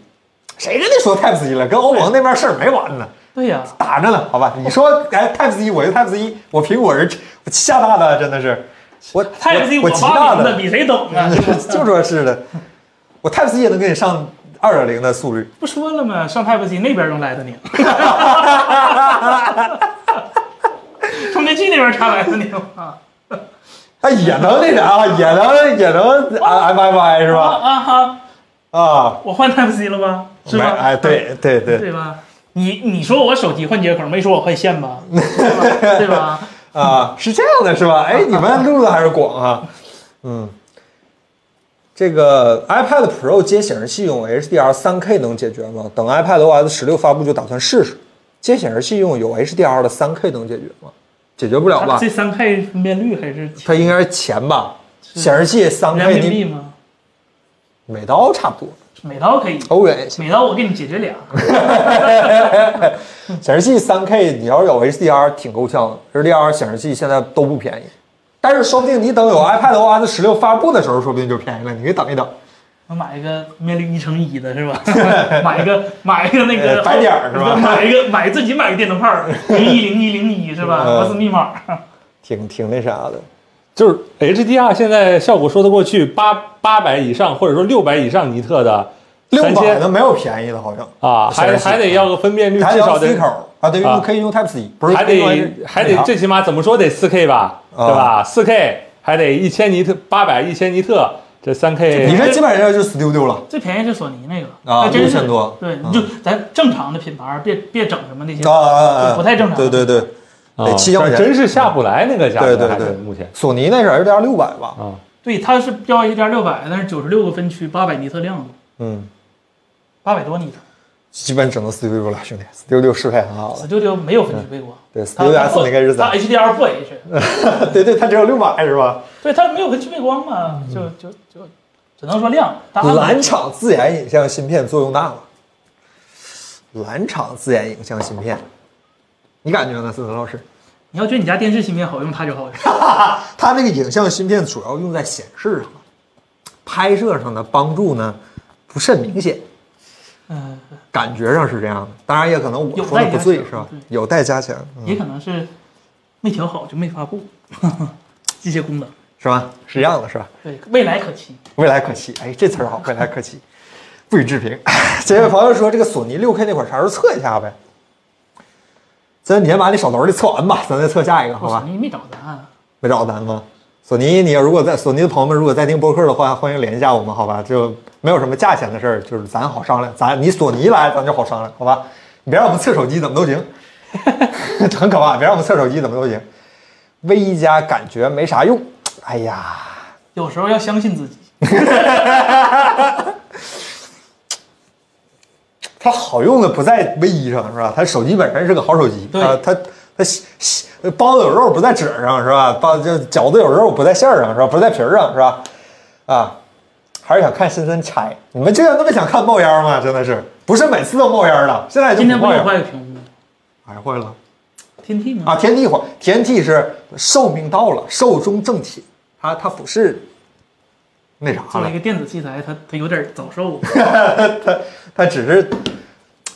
谁跟你说 Type C 了？跟欧盟那边事儿没完呢，
对呀、
打着呢，好吧？你说哎 Type C，我就 Type C，我苹果人我吓大的，真的是我
太子
我我
我
极大
发明
的嗯
的，，比谁懂啊？
就说是的，我 Type C 也能给你上二点零的速率。
不说了吗？上 Type C 那边 用 Lightning，充电器那边插 Lightning 啊
它哎也能那啥，也能也能 M M I 是
啊
吧？
啊哈！
啊，
我换 Type C 了吧？是
没
吧？
哎，对对对，
对吧？你你说我手机换接口，没说我换线 吧？对吧？
啊，是这样的，是 吧？哎，你们路子还是广啊。嗯，这个 iPad Pro 接显示器用 HDR 3K 能解决吗？等 iPad OS 十六发布就打算试试。接显示器用有 HDR 的
啊
3K 能解决吗？解决不了吧
这？三 K 分辨率还是
它应该是前吧，显示器三
人
块
民
你
币吗？
美刀差不多，
美刀可以，
欧元也行。
美刀我给你解决 俩，
显示器三 K，你要是有 HDR 挺够呛的，HDR 显示器现在都不便宜。但是说不定你等有 iPad OS 十六发布的时候，说不定就便宜了。你可以等一等，
我买一个面临一乘一的是吧？ 买一个买一个那个
呃白点儿是吧
买一个买自己买个电灯泡 零一零一零一是吧？
嗯
摩斯密码，
挺挺那啥的。
就是 HDR 现在效果说得过去，八八百以上或者说六百以上尼特的
六
三
百
千
的没有便宜的，好像
啊，
显
还
示器
还得要个分辨率
还
至
得
少
要
得
C 口啊，对，
啊
用可以用 Type C，不是
还得还得最起码怎么说得四 K 吧，
啊
对吧？四 K 还得一千尼特，八百一千尼特，这三
你
K
这基本上就是 Studio 了。
最便宜是索尼那个
啊
那真是
6000多
对，
嗯
你就咱正常的品牌，别别整什么那些
啊啊啊啊！
就不太正常
对对对，得七千块钱。
啊真是下不来那个价
对
格，
对
还
对
是目前
索尼那是 HDR 六百吧？
啊，
对，它是标一点六百，但是九十六个分区，八百尼特亮度，
嗯，
八百多尼特。
基本整到 Studio 了，兄弟，Studio 适配很好了。
Studio 没有分区背光，
嗯对
它
，Studio
它
S 那个是
它
咱，
HDR 不 H，
对对，它只有六百是吧？
对，它没有分区背光嘛，就
嗯
就就只能说亮。它
蓝厂自研影像芯片作用大了。蓝厂自研影像芯片，你感觉呢，思思老师？
你要觉得你家电视芯片好用，它就好用。
它那个影像芯片主要用在显示上，拍摄上的帮助呢不甚明显，
嗯，
感觉上是这样的。当然也可能我说的不对，
有待加
是
强
吧有待加强，
对？也
嗯、
可能是没调好就没发布 这些功能。
是吧？是一样的，是吧？
对，未来可期。
未来可期，哎，这词儿 好，未来可期，不予置评。 这位朋友说，这个索尼六 K 那款啥时候测一下呗？咱你先把你手头的测完吧，咱再测下一个，好
我操，
吧？
你没找答案啊。
没找到咱吗？索尼，你如果在索尼的朋友们，如果在听播客的话，欢迎联系一下我们，好吧？就没有什么价钱的事儿，就是咱好商量，咱你索尼来，咱就好商量，好吧？你别让我们测手机，怎么都行， 很可怕。别让我们测手机，怎么都行。V 一加感觉没啥用，哎呀，
有时候要相信自己。
它好用的不在唯一上是吧？它手机本身是个好手机，
对
啊它它西西包子有肉不在褶儿上是吧？包就饺子有肉不在馅儿上是吧？不在皮儿上是吧？啊，还是想看深深拆。你们这样那么想看冒烟儿吗？真的是，不是每次都冒烟儿了，现在就
今天
不啊
不
冒
是
烟儿，
有坏的屏幕吗？
还坏了
天梯吗？
啊！天梯坏，天梯是寿命到了，寿终正寝，它它不是那啥
作
了
为一，个电子器材，它它有点早售。
它只是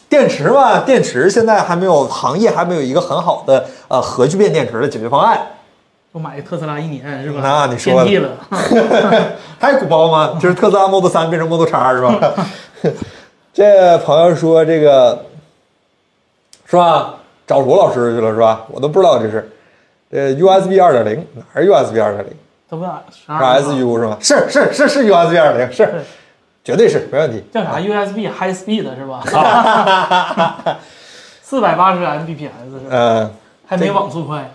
电池嘛，电池现在还没有行业还没有一个很好的呃核聚变电池的解决方案。
我买个特斯拉一年是吧？
那你说
天地了，
还有鼓包吗？就是特斯拉 Model 三变成 Model 叉是吧？ 这朋友说这个是吧？找罗老师去了是吧？我都不知道这是。这 USB 二点零哪儿 USB 二点零？
都不咋十
是
二
SU 是吗？啊是是是是 USB 二点零，是
对
绝对是没问题。
叫啥 USB High Speed 的是吧？
啊
四百八十 Mbps 是吧？
嗯、
还没网速快。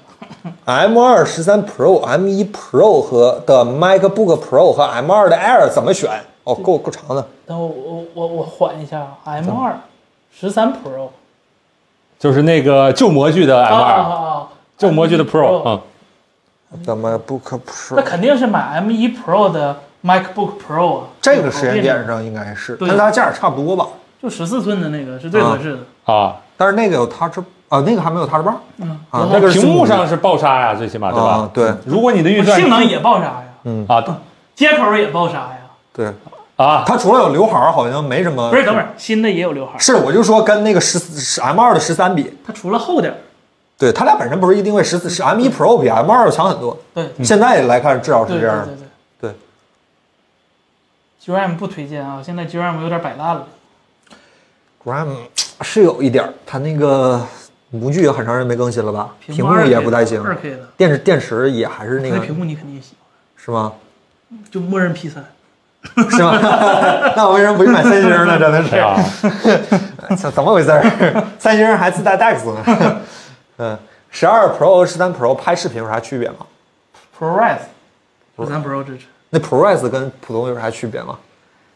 M 二十三 Pro、M 一 Pro 和的 MacBook Pro 和 M 二的 Air 怎么选？哦，够够长的。
等我我我我缓一下啊，M 二十三 Pro
就是那个旧模具的
啊
M
啊
二，
啊啊！
旧模具的 Pro
啊，
啊，
怎么 Book
嗯那
Pro？
肯定是买 M 一 Pro 的 MacBook Pro 啊。
这个时间点上应该是
对
跟它价儿差不多吧？
就十四寸的那个是最合适的。
啊，
但是那个有 Touch 啊，那个还没有 Touch Bar
嗯，
啊，那
那
个是
屏幕
5
上是爆杀呀，最起码对吧
啊？对
如果你的预算
性能也爆杀呀，
嗯
啊
接口也爆杀呀。
对，
啊，
它除了有刘海儿，好像没什么。
不是，等会儿新的也有刘海儿，
是我就说跟那个十 M 二的十三比，
它除了厚点儿，
对，它俩本身不是一定位，十四是 M 一 Pro 比 M 二要强很多。
对，
现在来看，至少是嗯
对
这
对
样的
嗯对。对。
对，
GRAM 不推荐啊，现在 GRAM 有点摆烂了。
Gram 是有一点儿，它那个模具也很长时间没更新了吧？屏幕
2K
也不太行，
二 K 的，
电池电池也还是那
那
个
屏幕你肯定喜欢，
是吗？
就默认 P 三。
是吗？那我为什么不去买三星呢？真的
对啊
是，，怎怎么回事儿？ 三星还自带 DeX 呢。 嗯，十二 Pro 和十三 Pro 拍视频有啥区别吗？
ProRes 十三 Pro 支持
那 ProRes 跟普通有啥区别吗？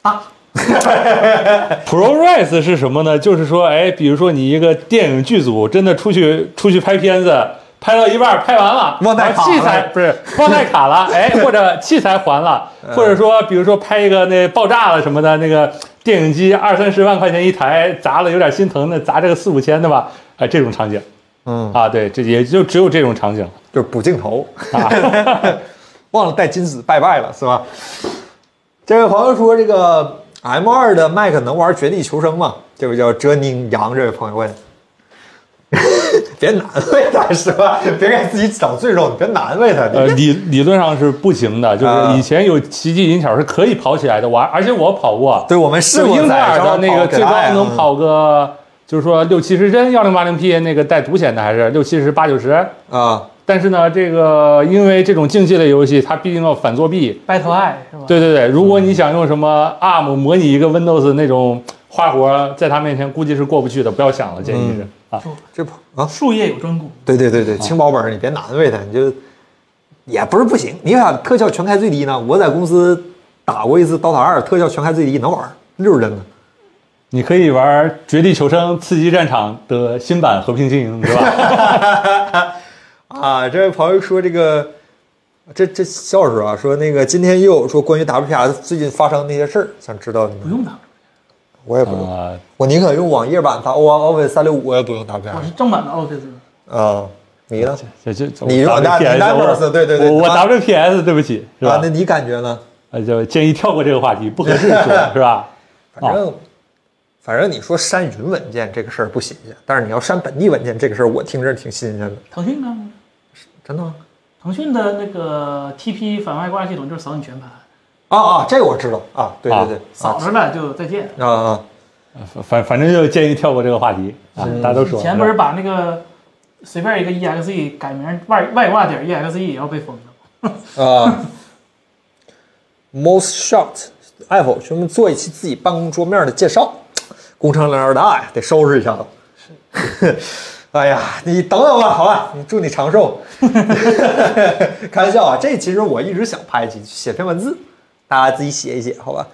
啊，
ProRes 是什么呢？就是说，哎，比如说你一个电影剧组真的出去出去拍片子，拍到一半儿拍完了，
忘带卡
器材
了
不是忘带卡 了，哎，或者器材还了，
嗯
或者说比如说拍一个那爆炸了什么的，那个电影机二三十万块钱一台，砸了有点心疼的，砸这个四五千的吧，哎，这种场景
嗯，
啊，对，这也就只有这种场景了。
就是补镜头，
啊
忘了带金子拜拜了是吧？这位朋友说这个 M 二的 Mac 能玩《绝地求生》吗？这位叫哲宁阳这位朋友问。 别难为他，是吧？别给自己找罪受，你别难为他。
呃，
你
理理论上是不行的，
啊
就是以前有奇迹引桥是可以跑起来的，我而且我跑过，
对我们试
就
过
英特
在
尔
张
的
望
那
跑给啊
个最
他
高
呀嗯
能跑个，就是说六七十帧，幺零八零 P 那个带独显的还是六七十八九十。
嗯啊，
但是呢，这个因为这种竞技类游戏，它必定要反作弊。
Battle Eye 是吧？
对对对，如果你想用什么 ARM 模拟一个 Windows 那种花活，在它面前估计是过不去的，不要想了，建议
嗯
是、啊。
这不啊，
术业有专攻，
对对对对，轻薄本儿你别难为他，你就也不是不行。你想特效全开最低呢？我在公司打过一次《刀塔二》，特效全开最低能玩儿六十帧呢。
你可以玩《绝地求生：刺激战场》的新版《和平精英》，对吧？
啊，这位朋友说这个，这这肖老师啊，说那个今天又有说关于 WPS 最近发生那些事儿，想知道你
不
们。
用它，
我也不用，
啊、
我宁可用网页版打 O N Office 三六五，我也不用
我
WPS
是正版的 Office。
嗯
啊。你呢？
这这这
你
我
我大
WPS，
你单
我
boss，对对对
我我
啊
WPS，对不起，是
啊
吧，
那？你感觉呢？
呃，就建议跳过这个话题，不合适说，是吧？
反正、反正你说删云文件这个事儿不新鲜，但是你要删本地文件这个事儿，我听着挺新鲜的，
腾讯呢？
真的吗？
腾讯的那个 TP 反外挂系统就是扫你全盘，
啊啊，这个我知道啊，对对对，
扫着了就再见。
啊啊，
反反正就建议跳过这个话题啊，大家都说
以前不是把那个随便一个 EXE 改名外外挂点 EXE E 也要被封的吗？
啊、m o s t Shot Apple 全部做一期自己办公桌面的介绍，工程量有点大呀，得收拾一下了。 哎呀，你等等吧，好吧，你祝你长 寿。开玩笑啊，这其实我一直想拍一期，写篇文字，大家自己写一写，好吧。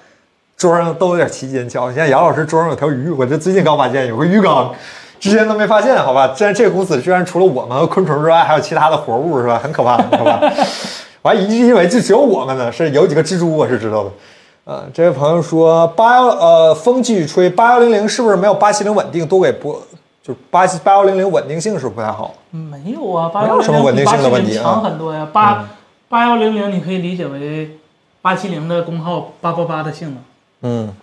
桌上都有点奇奸巧，你看杨老师桌上有条鱼，我这最近刚发现有个鱼缸，之前都没发现，好吧？ 既然这个公司居然除了我们和昆虫之外，还有其他的活物，是吧？很可怕，好吧？我还一直以为就只有我们呢，是有几个蜘蛛我是知道的。呃，这位朋友说八幺呃风继续吹八幺零零是不是没有八七零稳定？多给播就是八七八幺零零稳定性是不太好。
没有啊，八
没
幺
有什么稳定
零零比八
性的
七
问
零
题啊
强很多呀。八八幺零零你可以理解为八七零的功耗八八八的性能。
嗯，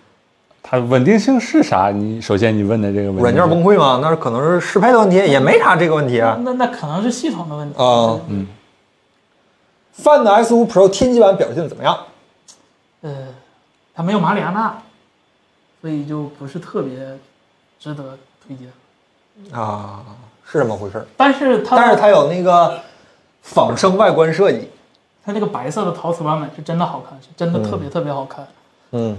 它稳定性是啥？你首先你问的这个问题，
软件崩溃吗？那可能是适配的问题，也没啥这个问题啊。
那那可能是系统的问题
啊
嗯，
Find S 5 Pro 天玑版表现怎么样？
呃，它没有马里亚纳，所以就不是特别值得推荐。
啊，是这么回事儿。
但是它
但是它有那个仿生外观设计。
它这个白色的陶瓷版本是真的好看，是真的特别特别好看。
嗯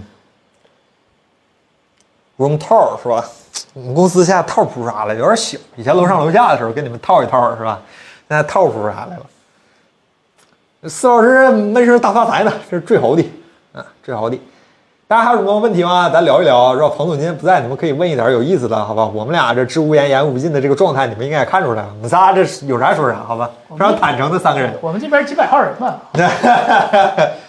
，room 套是吧？我们公司现在套铺啥了？有点小。以前楼上楼下的时候给你们套一套是吧？现在套铺啥来了？四老师闷声大发财呢，这是最好的啊，最好的。大家还有什么问题吗？咱聊一聊。如果彭总今天不在，你们可以问一点有意思的，好吧？我们俩这知无言言无不尽的这个状态，你们应该也看出来了。我们仨这是有啥说啥，好吧？非常坦诚的三个人，
我们这边几百号 人吧，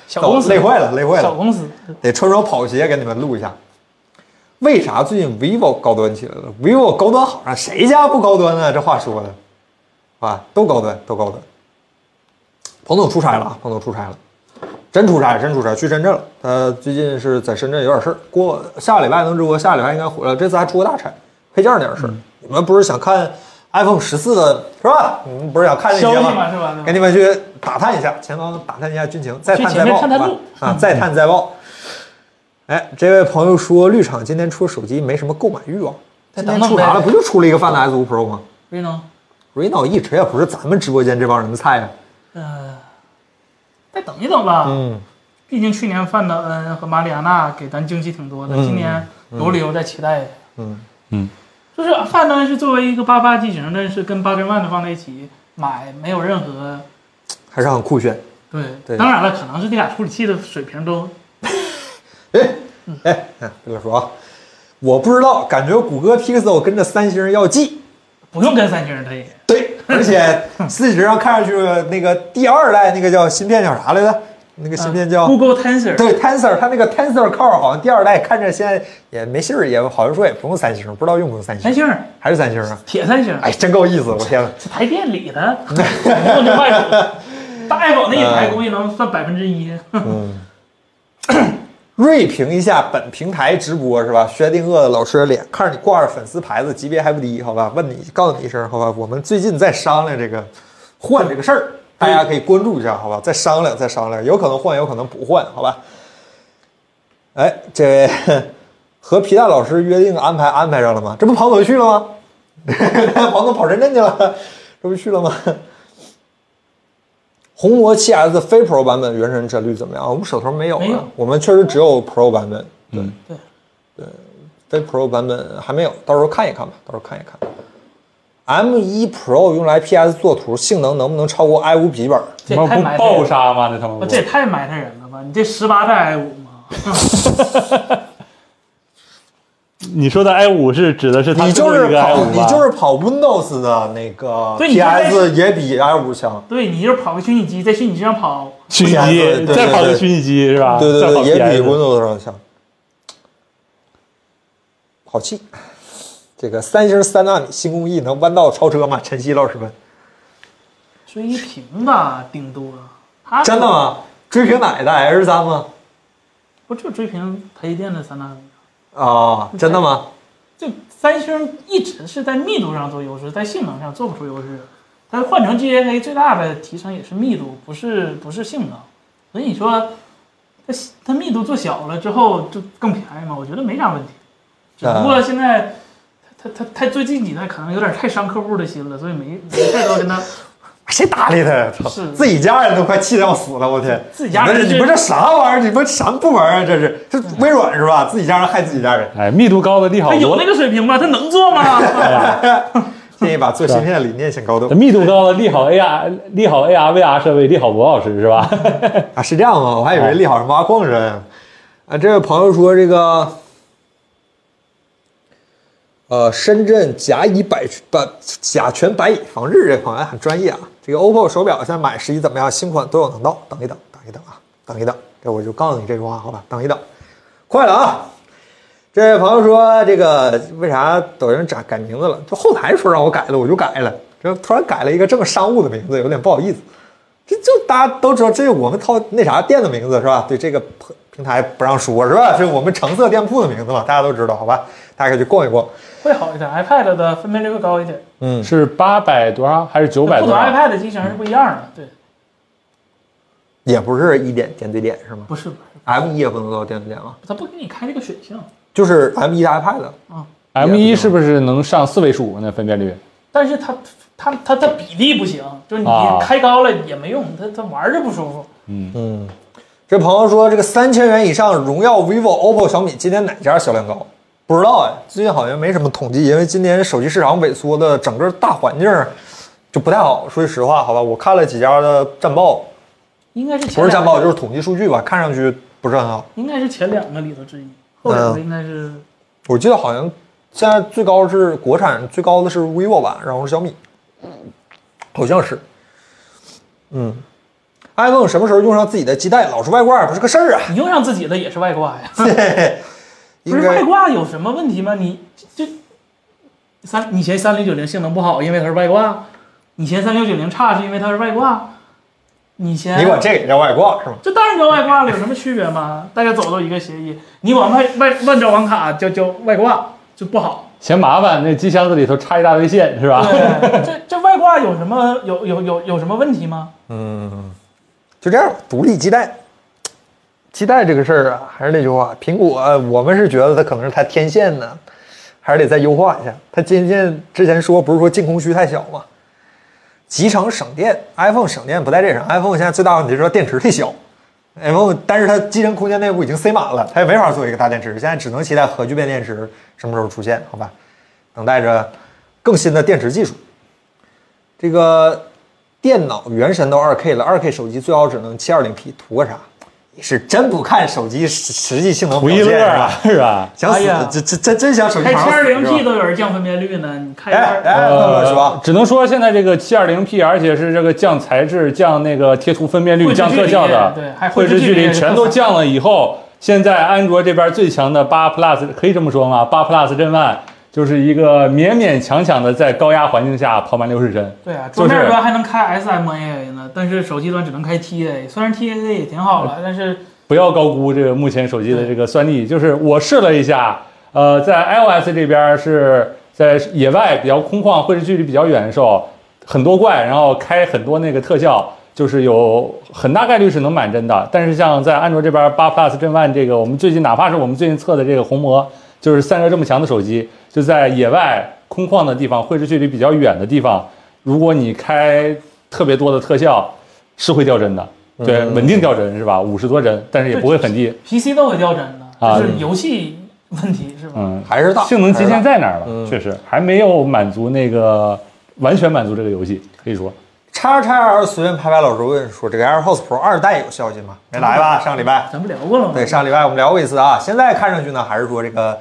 小公司
累坏了，累坏了。
小公司
得穿双跑鞋给你们录一下。为啥最近 vivo 高端起来了？vivo 高端好啊，谁家不高端呢？这话说的，啊，都高端，都高端。彭总出差了啊，彭总出差了，真出差，真出差，去深圳了。他最近是在深圳有点事儿，过下礼拜能直播，下礼拜应该回来。这次还出个大差，配件那点事
嗯
儿。你们不是想看 iPhone 十四的是吧？你们不是想看那
消
些
息
吗？
嘛是吧？
给你们去打探一下，前方打探一下军情，再探
去
再
前
报，
面
好
看探
吧
路？
啊，再探再报。哎，这位朋友说，绿厂今天出手机没什么购买欲望，
再
今
等
天
等
出啥
呗
了？不就出了一个 Find S5 Pro 吗
Reno，
？Reno 一直也不是咱们直播间这帮人的菜啊。
呃，再等一等吧。
嗯，
毕竟去年范德恩和马里亚纳给咱惊喜挺多的，今年有理由再期待一下。
嗯
嗯，
就是范德恩是作为一个八八机型，但是跟八根万的放在一起买，没有任何
还是很酷炫。
对。
对
当然了，可能是这俩处理器的水平都
哎哎，哎这个说啊，我不知道，感觉谷歌 Pixel 跟着三星要记。
不用跟三星人对。
对，而且 Switch 上看上去那个第二代那个叫芯片叫啥来着？那个芯片叫、
Google Tensor，
对 Tensor，它那个 Tensor Core 好像第二代看着现在也没信儿，也好像说也不用三星，不知道用不用三
三
星，
星儿，
还是三星啊？
铁三星儿，
哎，真够意思，我天呐！
这台电里的，用另外手 大爱宝那一台估计能算百分之一。
呃锐评一下本平台直播是吧？薛定谔的老师的脸，看着你挂着粉丝牌子，级别还不低，好吧？问你，告诉你一声，好吧？我们最近在商量这个换这个事儿，大家可以关注一下，好吧？再商量，再商量，有可能换，有可能不换，好吧？哎，这 位和皮蛋老师约定安排安排上了吗？这不庞总去了吗？ 庞总跑深圳去了，这不去了吗？红魔 7S 非 Pro 版本原神帧率怎么样？我们手头没有啊，
没有
我们确实只有 Pro 版本，对、
嗯
对
对，非 Pro 版本还没有，到时候看一看吧，到时候看一看。M1 Pro 用来 PS 做图，性能能不能超过 i5 笔记本？
这
他
也
妈
太埋汰
不爆
人了，啊
杀吗？那他妈
哇这也太埋汰人了吧！你这十八代 i 五吗？
你说的 i 五是指的是它
你就
最
是
后一个 i
跑
五
你就是跑 Windows 的那个
对你刚才
PS 也比 i5 强，
对你就是跑个虚拟机，在虚拟机上跑，
虚拟
对
机，
对对
再跑个虚拟机是吧？
啊
对对
再跑
对，也
PS
比 Windows 上强。好气，这个三星三纳米新工艺能弯道超车吗？晨曦老师问，
追平吧，顶多。它
真的？吗？追平哪一代 L 三吗？
不就追平台积电的三大米？
啊，真的吗？
就三星一直是在密度上做优势，在性能上做不出优势。但是换成 GAA 最大的提升也是密度，不是不是性能。所以你说它它密度做小了之后就更便宜吗？我觉得没啥问题。只不
啊
过现在它它它它最近几代可能有点太伤客户的心了，所以没没太多跟它
谁搭理他呀？操
是，
自己家人都快气得要死了，我天！
自己家人
你们这
这
你们这啥玩意儿？你们啥部门啊？这是这微软是吧？自己家人害自己家人。
哎，密度高的利好
它有
多哎
那，个水平吗？它能做吗？
建议把做芯片的理念先搞懂
密度高的利好 AR 利好 AR VR 设备利好罗老师是吧？
啊！是这样吗？我还以为利好是挖矿似的。啊，这位朋友说这个，呃，深圳甲乙百百甲醛百乙防治这朋友很专业啊。这个 OPPO 手表现在买十一怎么样？新款都有能到，等一等，等一等啊，等一等。这我就告诉你这句话好吧，等一等，快了啊！这位朋友说，这个为啥抖音改改名字了？就后台说让我改的，我就改了。这突然改了一个这么商务的名字，有点不好意思。这就大家都知道，这是我们淘那啥店的名字是吧？对，这个平平台不让说是吧？是我们橙色店铺的名字嘛，大家都知道好吧？大家可以去逛一逛。
会好一点，iPad 的分辨率会高一点。
嗯，
是八百多少还是九百
不
多啊
同
少？
iPad 的机型是不一样的，对，
也不是一点点对点是吗
不是不是，
？M 一也不能做点对点吗？
它不给你开这个选项。
就是 M 一的 iPad
啊，
M 一是不是能上四位数那分辨率？
但是它它它它比例不行，就是你
啊
开高了也没用，它它玩着不舒服。
嗯，这朋友说这个三千元以上，荣耀、vivo、OPPO、小米今年哪家销量高？不知道哎，最近好像没什么统计，因为今年手机市场萎缩的整个大环境就不太好。说句实话，好吧，我看了几家的战报，
应该是前
不是
两
战报就是统计数据吧，看上去不是很好。
应该是前两个里头之一，后两个应该是
我记得好像现在最高是国产最高的是 vivo 吧，然后是小米，好像是。嗯，iPhone 什么时候用上自己的基带？老是外挂不是个事儿啊。
你用上自己的也是外挂呀，不
应
是外
该
挂有什么问题吗？你这这三你嫌三零九零性能不好，因为它是外挂；你嫌三六九零差是因为它是外挂；你嫌
你管这个也叫外挂是吗？
这当然叫外挂了，有什么区别吗？大家走到一个协议，你管外外万兆网卡叫叫外挂就不好，
嫌麻烦，那机箱子里头插一大堆线是吧？
对，这这外挂有什么有有有有什么问题吗？
就这样，独立基带。基带这个事儿啊，还是那句话，苹果呃我们是觉得它可能是它天线呢，还是得再优化一下。它天线之前说不是说净空区太小嘛，集成省电，iPhone 省电不在这上，iPhone 现在最大问题是它电池太小。iPhone，但是它集成空间内部已经塞满了，它也没法做一个大电池，现在只能期待核聚变电池什么时候出现，好吧？等待着更新的电池技术。这个电脑原神都二 K 了，二 K 手机最好只能七二零 P，图个啥？你是真不看手机实实际性能
图
表
一
现
乐
是
啊，
吧？
是吧？
想
哎
死
呀，
这这真真想手机
开
马
七
上
二
死
零 P
是吧？
都有人降分辨率呢，你开一
哎
下，
哎，
呃，
是吧？
只能说现在这个七二零 P，而且是这个降材质、降那个贴图分辨率、
绘制
降
距
特
离
效的，
对，还
绘
制
制距
离
离全都降了以后，现在安卓这边最强的八 Plus 可以这么说吗？八 Plus 震撼就是一个勉勉强强的在高压环境下跑满六十帧，
对啊，
就
桌
是
面端还能开 SMA 呢，但是手机端只能开 TA。虽然 TA 也挺好
嗯
了，但是
不要高估这个目前手机的这个算力。就是我试了一下，呃，在 iOS 这边是在野外比较空旷，绘制距离比较远的时候，很多怪，然后开很多那个特效，就是有很大概率是能满帧的。但是像在安卓这边八 Plus 震万这个，我们最近哪怕是我们最近测的这个红魔，就是散热这么强的手机，就在野外空旷的地方，绘制距离比较远的地方，如果你开特别多的特效，是会掉帧的。对，
嗯
稳定掉帧是吧？五十多帧，但是也不会很低。
PC 都会掉帧的，
啊
就是游戏问题是吧？
嗯，
还是大，
性能极限在那儿
嗯
了，确实还没有满足那个完全满足这个游戏，可以说
叉叉 L 随便拍拍老师问说，这个 AirPods Pro 二代有消息吗？没来吧？上个礼拜，
咱不聊过了吗？
对，上个礼拜我们聊过一次啊。现在看上去呢，还是说这个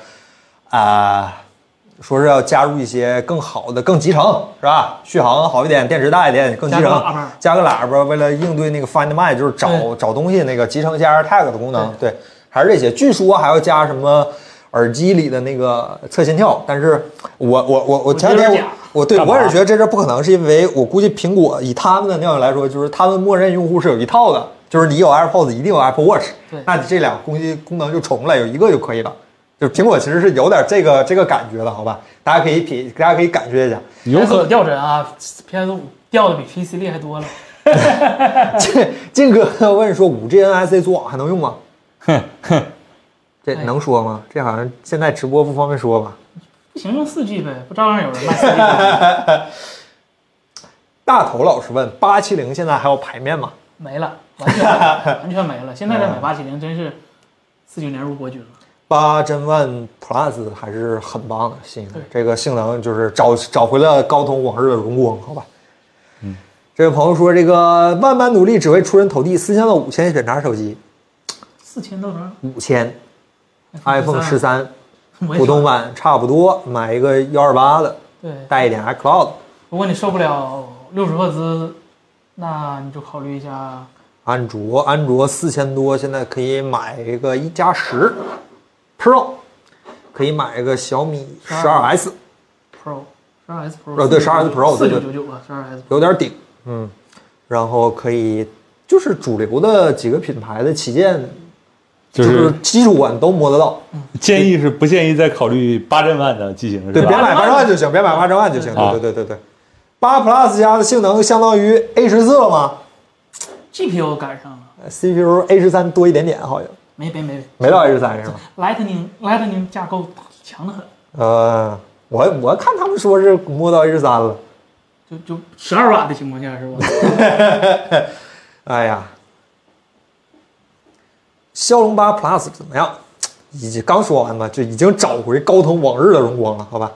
啊、说是要加入一些更好的、更集成是吧？续航好一点，电池大一点，更集
加个喇
成
叭。
加个喇叭，为了应对那个 Find My，就是找
对
找东西那个集成一下 AirTag 的功能。对，还是这些。据说还要加什么耳机里的那个测心跳，但是我我我我
觉
前
得
两天
假
我我对
干嘛
我也是觉得这事儿不可能，是因为我估计苹果以他们的尿性来说，就是他们默认用户是有一套的，就是你有 AirPods 一定有 Apple Watch，
对
那你这两个攻击功能就重了，有一个就可以了。就是苹果其实是有点这个这个感觉的，好吧？大家可以品，大家可以感觉一下。
有
PS5
可
掉帧啊，PS 五掉的比 PC 厉害多了。
这靖哥问说，五 G NIC 组网还能用吗？这
哎
能说吗？这好像现在直播不方便说吧？
不行，用四 G 呗，不照样有人卖四 G 吗
大头老师问，八七零现在还有排面吗？
没了，完全完全没了。现在再
嗯
买八七零真是四九年入国军了。
八针 One Plus 还是很棒的，新的
对
这个性能就是找找回了高通往日的荣光，好吧？嗯，这位朋友说，这个慢慢努力只为出人头地，四千到五千选啥手机？
四千到多少
五千 iPhone 十，三
啊我也
普通版差不多，买一个幺二八的，
对，
带一点 iCloud
如果你受不了六十赫兹，那你就考虑一下
安卓，安卓四千多，现在可以买一个一加十 Pro，可以买一个小米十二 S，
Pro 十二 S
呃
Pro。
对12 Pro
四
对
九
对
九九啊吧，十二 S。
有点顶，嗯，然后可以就是主流的几个品牌的旗舰，
就
就是嗯
是
基础款都摸得到，
建议是不建议再考虑八帧万的机型是
对，别
吧？
买八十万就行，别买八十万就行，
啊
对对对对对。八 Plus 加的性能相当于 A 十四了吗
GPU 赶上了，
？CPU A 十三多一点点，好像
没没没
没到 A 十三是吧？
，Lightning Lightning 架构强得很，
呃，我我看他们说是摸到 A 十三了。
就就十二瓦的情况 下是吧？
哎呀，骁龙八 Plus 怎么样？已经刚说完嘛，就已经找回高通往日的荣光了，好吧？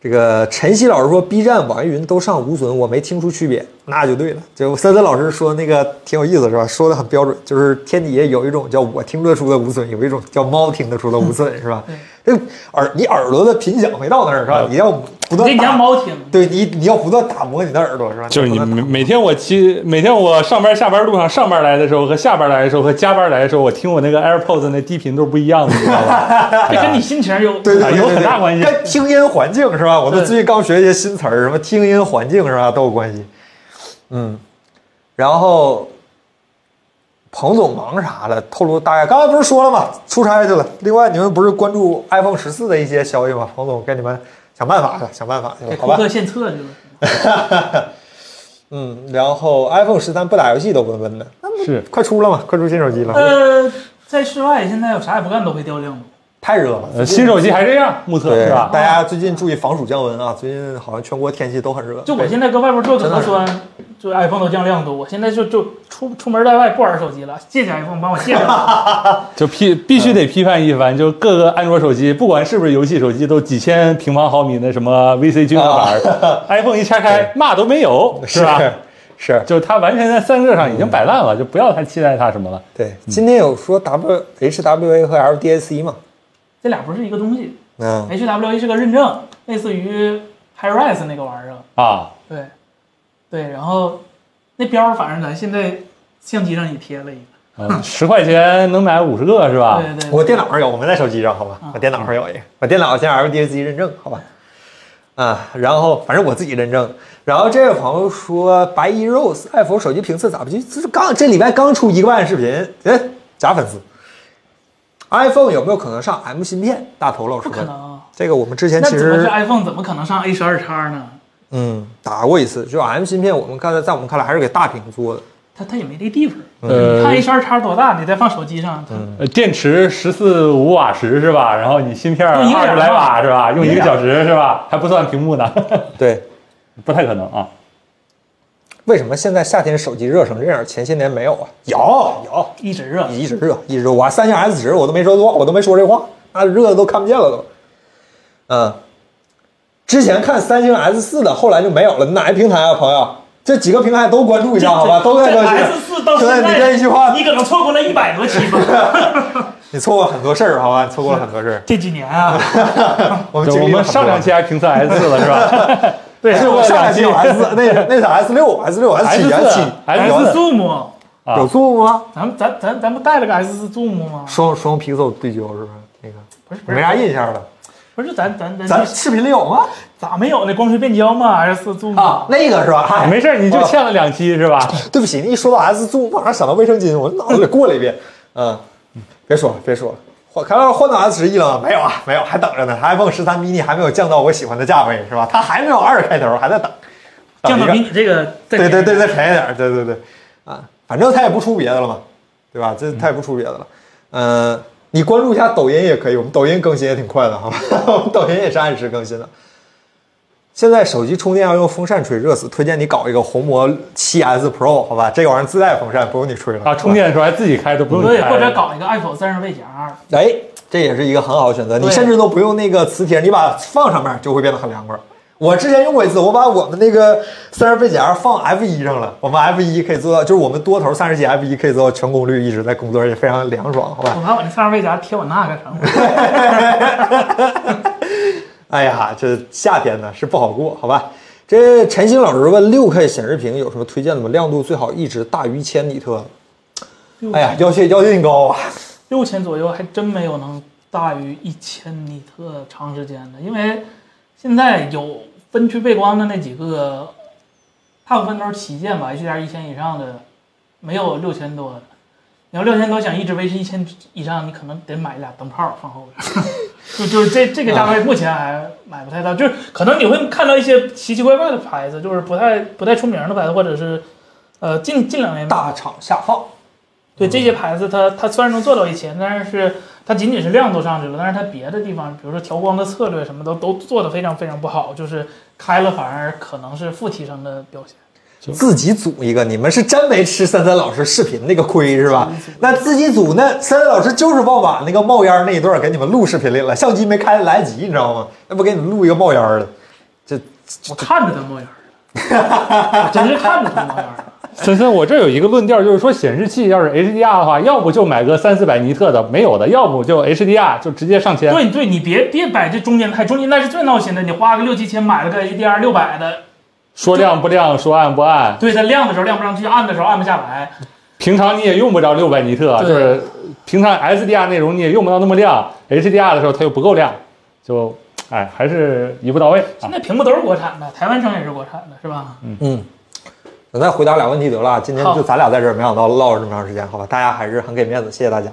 这个晨曦老师说，B 站、网易云都上无损，我没听出区别，那就对了。就森森老师说那个挺有意思，是吧？说的很标准，就是天底下有一种叫我听得出的无损，有一种叫猫听得出的无损，是吧？这耳你耳朵的频响没到那儿，是
啊
吧？你要不
你
断
你家
打，
猫听，
对你你要不断打磨你的耳朵，是吧？
就是你
不断打
每
磨
每天我骑每天我上班下班路上上班来的时候和下班来的时候和加班来的时候，我听我那个 AirPods 那低频都是不一样的，你知道 吧？
这跟你心情有
对对对对对
啊有很大关系
跟听音环境是吧？我们
对
最近刚学一些新词儿，什么听音环境是吧，都有关系。嗯，然后彭总忙啥了？透露大概，刚才不是说了吗？出差去了。另外，你们不是关注 iPhone 十四的一些消息吗？彭总跟你们想办法了，想办法去
给
了，好
库
吧？
克献策去了。
嗯，然后 iPhone 十三不打游戏都温温的，那
是
快出了嘛？快出新手机了，
呃，在室外现在有啥也不干都会掉亮度，
太热了。
呃，新手机还这样，目测
对
是吧？
大家最近注意防暑降温啊！最近好像全国天气都很热。
就我
对
现在跟外边做个核酸，就 iPhone 都降亮度，我现在就就出出门在外不玩手机了，借借 iPhone 帮我借着 吧。
就批
嗯
必须得批判一番，就各个安卓手机，不管是不是游戏手机，都几 千平方毫米的什么 VC 均衡板儿、i p h o n e 一拆开，嘛都没有，是吧？
是
就是它完全在散热上已经摆烂了，就不要太期待它什么了。
对。今天有说 W H W A 和 L D A C 嘛？
这俩不是一个东西。
嗯，
HWA 是个认证，类似于 HiRes 那个玩意儿。
啊，
对，对，然后那标儿反正咱现在相机上也贴了一个。
呃
嗯
十块钱能买五十个是吧？
对对，
啊我电脑上有，我没在手机上，好吧
啊？
我电脑上有一个，我电脑现在 LDAC E 认证，好吧？啊，然后反正我自己认证。然后这位朋友说，白衣 rose 爱否手机评测咋不去？这是刚这礼拜刚出一个半视频，哎，假粉丝。iPhone 有没有可能上 M 芯片？大头老师
不可
问
能。啊。
这个我们之前
那
其
怎么是
实
iPhone 怎么可能上 A 十二叉呢？
嗯打过一次，就 M 芯片，我们刚才在我们看来还是给大屏做的。
它它也没这地方。
嗯
呃
你看 A 十二叉多大？你再放手机上，它
呃，电池十四五瓦时是吧？然后你芯片
用一个
二
小
十
时
来瓦是吧？用一个小时是吧？还不算屏幕呢，
对，
不太可能啊。
为什么现在夏天手机热成这样？前些年没有啊？有有，
一直热。
一直热，一直热。我还三星 S 十我都没说错，我都没说这话，那热的都看不见了都。嗯，之前看三星 S 四的，后来就没有了。哪个平台啊，朋友？这几个平台都关注一下，好吧？都在更新。
S 四到现
对
在，
你这一句话，
你可能错过了一百多期吧。
你错过很多事儿，好吧？你错过了很多事儿。
这几年啊，
我们
就
经
我
历了
们
很多哎
上两期还评测 S 四了 是吧？对，
是我上两期有 S 四，那那啥 S 六、S 六、S 七、S 七
S4
S 四 Zoom，
啊
有 Zoom 吗？
咱们咱咱咱不带了个 S 四 Zoom 吗？
双双 Pixel 对焦是不是？那个
不是不是
没啥印象了。
不是咱咱咱
嗯
咱视频里有吗？
咋没有呢？光学变焦嘛，S 四 Zoom
啊，那个是吧？哎
没事儿，你就欠了两期 是吧？
对不起，你一说到 S 租，马上想到卫生巾，我脑 子里过了一遍。嗯，别说了，别说了，换看到换到 S 十一了吗？没有啊，没有，还等着呢。iPhone 十三 mini 还没有降到我喜欢的价位，是吧？它还没有二开头，还在等。
降到
等
比
一个
你这个再
对对对，
便宜
再便宜点儿，对对对，啊，反正它也不出别的了嘛，对吧？这它也不出别的了。嗯、你关注一下抖音也可以，我们抖音更新也挺快的，好吧？ 我们抖音也是按时更新的。现在手机充电要用风扇吹，热死！推荐你搞一个红魔 7S Pro，好吧？这个玩意儿自带风扇，不用你吹了
啊，充。电的时候还自己开都不用
对，
开，
或者搞一个 Apple 散热背夹，
哎，这也是一个很好的选择。你
对
甚至都不用那个磁铁，你把放上面就会变得很凉快。我之前用过一次，我把我们那个散热背夹放 F 1上了，我们 F 1可以做到，就是我们多头散热器 F 1可以做到全功率，一直在工作，而且非常凉爽，好吧？
我把我那散热背夹贴我那干啥？
哎呀，这夏天呢是不好过，好吧？这陈鑫老师问六 K 显示屏有什么推荐的吗？亮度最好一直大于千尼特。哎呀，要求要求你高啊！
六千左右还真没有能大于一千尼特长时间的，因为现在有分区背光的那几个，大部分都是旗舰吧，HDR 一千以上的，没有六千多的。你要六千多想一直维持一千以上，你可能得买俩灯泡放后边。就就是这这个价位目前还买不太到，就是可能你会看到一些奇奇怪怪的牌子，就是不太不太出名的牌子，或者是呃近近两年
大厂下放，
对这些
嗯
牌子它，它虽然能做到一千，但是它仅仅是亮度上去了，但是它别的地方，比如说调光的策略什么的，都做得非常非常不好，就是开了反而可能是负提升的表现。
自己组一个，你们是真没吃三三老师视频那个亏是吧？那自己组那三三老师就是忘把那个冒烟儿那一段给你们录视频里了，相机没开来得及，你知道吗？那不给你们录一个冒烟儿的，这
我看着它冒烟儿了，我真是看着它冒烟儿了。
森森，我这有一个论调，就是说显示器要是 HDR 的话，要不就买个三四百尼特的没有的，要不就 HDR 就直接上千。
对对，你别别摆这中间态，中间态是最闹心的。你花个六七千买了个 HDR 六百的，
说亮不亮，说暗不暗。
对它亮的时候亮不上去，暗的时候暗不下
啊
来。
平常你也用不着六百尼特，
对
就是平常 SDR 内容你也用不到那么亮，HDR 的时候它又不够亮，就哎还是一步到位啊
现。在屏幕都是国产的，台湾厂也是国产的，是吧？
嗯咱再回答俩问题得了啊，今天就咱俩在这儿，没想到唠了这么长时间，好吧？大家还是很给面子，谢谢大家。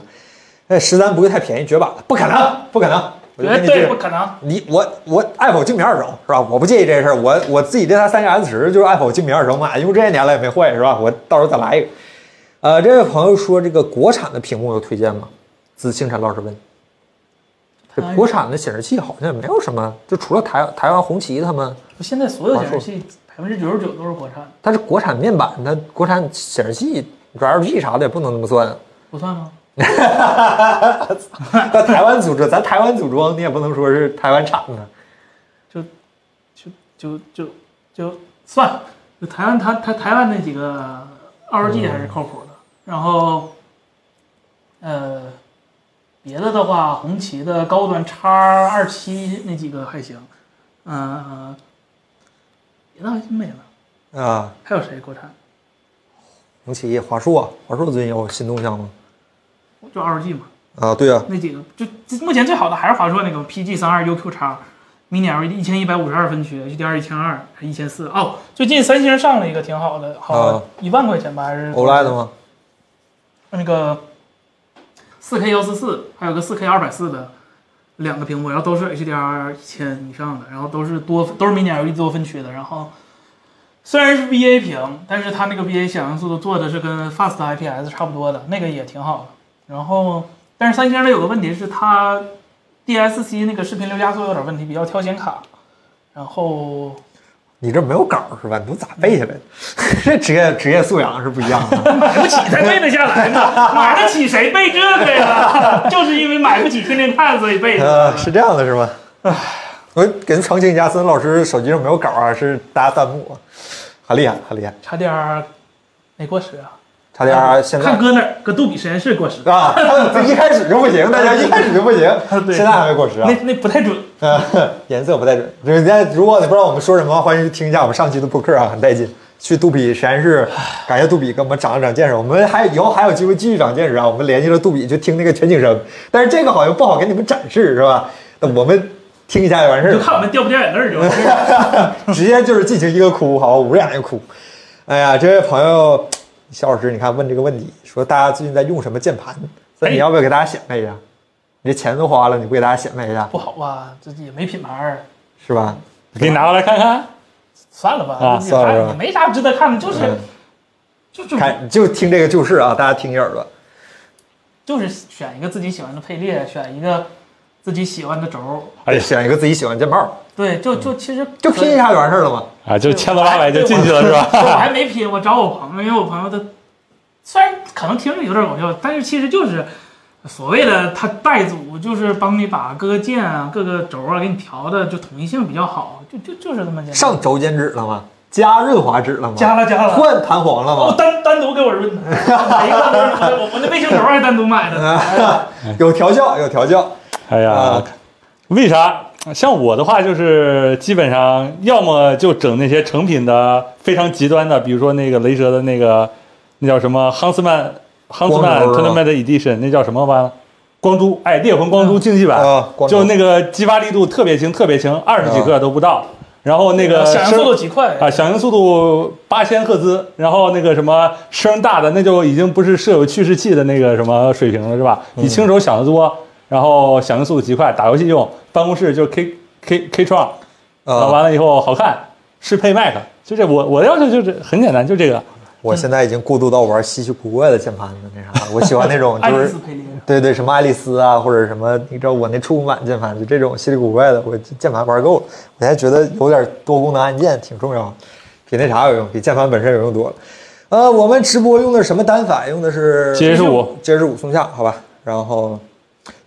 那十三不会太便宜绝版了，不可能，不可能！我就
绝
跟你这
对
个
不可能。
你我我 Apple 镜面儿整是吧？我不介意这事儿，我我自己这台三星 S 十就是 Apple 镜面儿整买，用这些年了也没坏是吧？我到时候再来一个。呃，这位朋友说这个国产的屏幕有推荐吗？自星辰老师问。这国产的显示器好像也没有什么，就除了台台湾红旗他们，
现在所有显示器百分之九十九都是国产的，
但是国产面板它国产显示器，你说 LG 啥的也不能那么算啊。
不算吗？
那台湾组织，咱台湾组装，你也不能说是台湾产的。
就就就就就算就台湾台台台湾那几个 ROG 还是靠谱的。然后，呃，别的的话，红旗的高端叉二七那几个还行，嗯、呃，别的还真没了。
啊，
还有谁国产？
红旗、华硕，华硕最近有新动向吗？
就 ROG 嘛，
啊，对啊，
那几个就就目前最好的还是华硕那个 PG 三二 UQ 叉，Mini LED 一千一百五十二分区，HDR 一千二还一千四哦。最近三星上了一个挺好的，
啊 E
好一万块钱吧还是
OLED 吗？
那个四 K 幺四四，还有个四 K 二百四的两个屏幕，然后都是 HDR 一千以上的，然后都是多都是 Mini LED E 多分区的，然后虽然是 VA 屏，但是它那个 VA 响应速度做的是跟 Fast IPS 差不多的，那个也挺好的。然后，但是三星的有个问题是它 DSC 那个视频流加速有点问题，比较挑显卡。然后
你这没有稿儿是吧？你都咋背 下来的？这职业职业素养是不一样 的。
买不起才背得下来呢， 买得起谁背这个呀？ 就是因为买不起天天看，所以背
啊，是这样的，是吧？我给澄清一下，森老师手机上没有稿儿啊，是搭弹幕，很厉害，很厉害。
差点儿没过时啊！
差点儿现在
看搁哪儿，搁杜比实验室过时，
啊，他一开始就不行，大家一开始就 不行，现在还没过时啊
那。那不太准。
啊， 颜色不太准。人家如果你不知道我们说什么，欢迎去听一下我们上期的播客啊，很带劲。去杜比实验室，感谢杜比给我们长了长见识。我们还以后还有机会继续长见识啊！我们联系了杜比去听那个全景声，但是这个好像不好给你们展示，是吧？那我们听一下就完事儿
就
了。
看我们掉不掉眼泪儿就完 事儿。
直接就是进行一个哭，好吧，捂着眼睛哭。哎呀，这位朋友小老师，你看问这个问题，说大家最近在用什么键盘？那你要不要给大家显摆一下？你这钱都花了，你不给大家显摆一下
不好吧？这也没品牌儿，
是吧？
给你拿过来看看。
算了吧，
啊
也
算了吧
也没啥值得看的，就是
嗯，
就是
看就听这个就是啊，大家听一耳朵。
就是选一个自己喜欢的配列，选一个自己喜欢的轴。
哎呀
选一个自己喜欢的键帽，
对，就就其实
就拼一下就完事儿了嘛。
啊，就千头八百就进去了是吧？
我还没拼，我找我朋友，因为我朋友他虽然可能听着有点搞笑，但是其实就是所谓的他带组，就是帮你把各个键啊、各个轴啊给你调的就统一性比较好，就就就是这么简单。
上轴间指了吗？加润滑指了吗？
加了加了，
换弹簧了
我
吗？
哦单单独给我润的，每一个都是我我那卫星轴还单独 买的。
有调教，有调教。
哎呀
啊，
为啥？像我的话，就是基本上要么就整那些成品的非常极端的，比如说那个雷蛇的那个，那叫什么亨斯曼亨斯曼
光
t
珠是吧
o u r n a m e n t Edition，那叫什么吧？光珠，哎，烈魂光珠竞技版，
啊光珠啊
就那个激发力度特别轻，特别轻，二十几克都不到。然后那个
响应呃
声
速度极快
啊，响应速度八千赫兹，然后那个什么声大的，那就已经不是设有去视器的那个什么水平了，是吧？
嗯
你轻手响得多，然后响应速度极快，打游戏用，办公室就 K K K 创，然后
啊，
完了以后好看，适配 Mac，就这我我的要求就是很简单，就这个。
嗯
我现在已经过渡到玩稀奇古怪的键盘的那 啥了，我喜欢那种
爱
就
丽
是
丝配列，
对对，什么爱丽丝啊，或者什么，你知道我那触控板键盘，就这种稀里古怪的，我键盘玩够了，我还觉得有点多功能按键挺重要，比那啥有用，比键盘本身有用多了。呃，我们直播用的是什么单反？用的是
GH5
GH5 松下，好吧。然后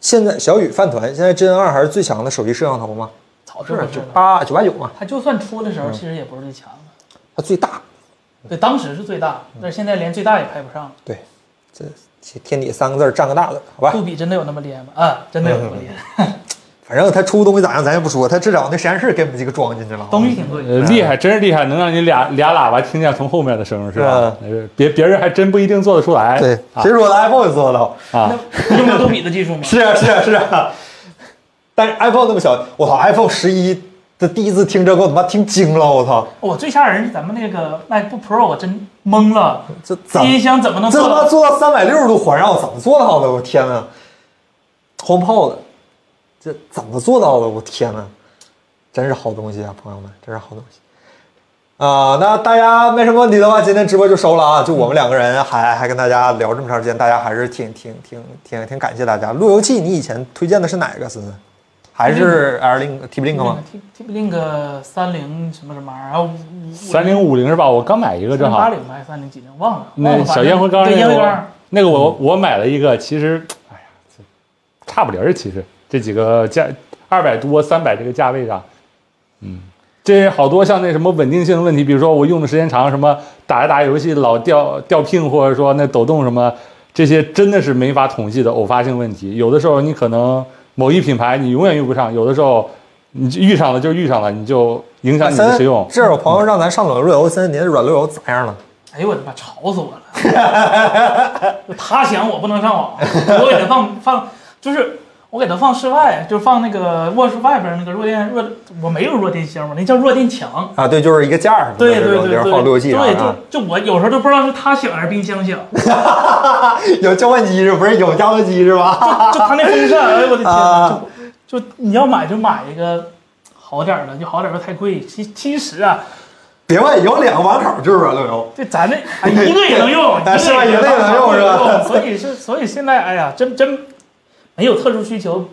现在小雨饭团，现在 Gen 二还是最强的手机摄像头吗？
早
是
就不
九
是了。
八九八九嘛，
它就算出的时候，其实也不是最强的。
它最大。
对，当时是最大，但是现在连最大也拍不上了。
对，这天底三个字儿占个大字儿，好吧
杜。比真的有那么厉害吗？啊，真的有那么厉害，
反正他出东西咋样，咱也不说，他至少那实验室给我们几个装进去了。
东西挺贵。
呃，
嗯
厉害，真是厉害，能让你俩俩喇叭听见从后面的声儿是吧？呃别别人还真不一定做得出来。
嗯对，
啊
谁说的 iPhone 也做得到？
啊，
那用过杜比的技术吗？
是啊，是啊，是啊。但是 iPhone 那么小，我操，iPhone 十一的第一次听这，给我他妈听惊了，我操，
我最吓人是咱们那个 MacBook Pro，我真懵了，
这怎么
音箱怎么能
这
做
他妈
到？
做到三百六十度环绕，怎么做到的？我天呐 h o m e p o d 这怎么做到的？我天呐，真是好东西啊，朋友们，真是好东西。啊、那大家没什么问题的话，今天直播就收了啊。就我们两个人还还跟大家聊这么长时间，大家还是挺挺挺挺挺感谢大家。路由器，你以前推荐的是哪个？思思，还是 L Link T Link 吗？
T T Link 三零什么什么玩意儿，还有五
三零五零是吧？我刚买一个正好
八。零还是三零几零忘了。忘
那
了
小烟灰缸
哦对
那
烟
个
灰
我
缸，
那个我我买了一个，其实哎呀，这差不离儿。其实这几个价二百多、三百这个价位上，嗯这好多像那什么稳定性的问题，比如说我用的时间长，什么打着打着游戏老掉掉 ping，或者说那抖动什么，这些真的是没法统计的偶发性问题。有的时候你可能某一品牌你永远遇不上，有的时候你就遇上了就遇上了，你就影响你的
咱
使用。
这儿有朋友让咱上软路由，森，您的软路由咋样了？
哎呦我的妈，吵死我了！他想我不能上网，我给他放放，就是我给他放室外，就放那个卧室外边那个弱电弱，我没有弱电箱，我那叫弱电墙。
啊，对，就是一个架儿什么的
对对
这
对
种
对，
地儿放路由器啥
对，
的啊
就。就我有时候都不知道是他响还是冰箱响，就
有交换机是不是？有交换机是吧？
就他那风扇，哎呦我的天哪
啊！
就就你要买就买一个好点儿的，就好点儿的太贵。其其实啊，
别问，有两个网口就是软路由。
这咱这 哎一个也能用，
啊是吧
一
一个也能用是吧
所以是，所以现在哎呀，真真没有特殊需求，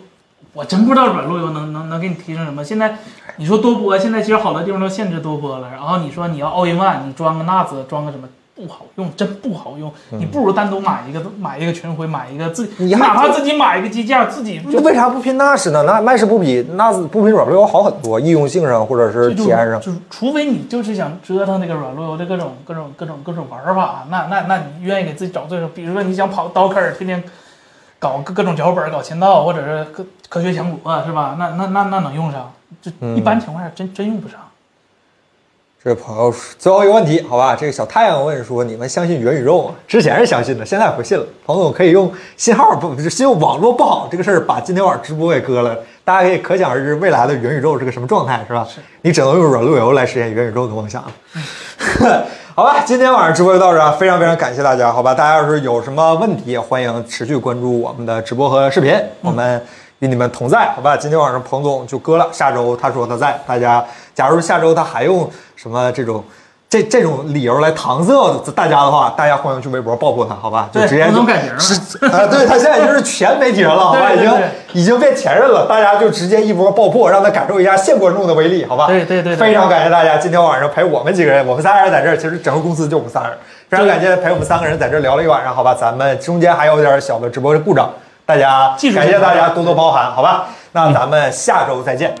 我真不知道软路由能能能给你提升什么。现在你说多播，现在其实好多地方都限制多播了。然后你说你要 all in one，你装个 NAS，装个什么？不好用，真不好用。你不如单独买一个，买一个群晖，买一个自己，
嗯你还
哪怕自己买一个机架，自己就
就为啥不拼 NAS 呢？那 NAS 不比 NAS 不比软路由好很多，易用性上或者是体验上。
就是除非你就是想折腾那个软路由的各种各种各种各种玩法，那那那你愿意给自己找罪受，比如说你想跑刀坑儿，天天搞各各种脚本儿、搞签到，或者是科科学强国，是吧？那那那那能用上？这
嗯
一般情况下真真用不上。
这位朋友说，最后一个问题，好吧？这个小太阳问说，你们相信元宇宙吗？之前是相信的，现在不信了。彭总可以用信号不，信用网络不好这个事儿，把今天晚上直播给割了。大家可以可想而知，未来的元宇宙是个什么状态，是吧？你只能用软路由来实现元宇宙的梦想了。 好吧，今天晚上直播就到这儿，非常非常感谢大家，好吧？大家要是有什么问题，也欢迎持续关注我们的直播和视频，我们与你们同在，好吧？今天晚上彭总就割了，下周他说他在，大家假如下周他还用什么这种。这这种理由来搪塞大家的话，大家欢迎去微博爆破他，好吧？就
对
直接
彭
就
总改名了
是啊，对他现在已经是前媒体人 了，好吧？
对
已
对
经
对
已经变前任了，大家就直接一波爆破，让他感受一下现观众的威力，好吧？
对对对对
非常感谢大家今天晚上陪我们几个人，我们仨人在这儿，其实整个公司就我们仨人，非常感谢陪我们三个人在这儿聊了一晚上，好吧？咱们中间还有点小的直播故障，大家
技术性
感谢大
的
家多多包涵，好吧？那咱们下周再见，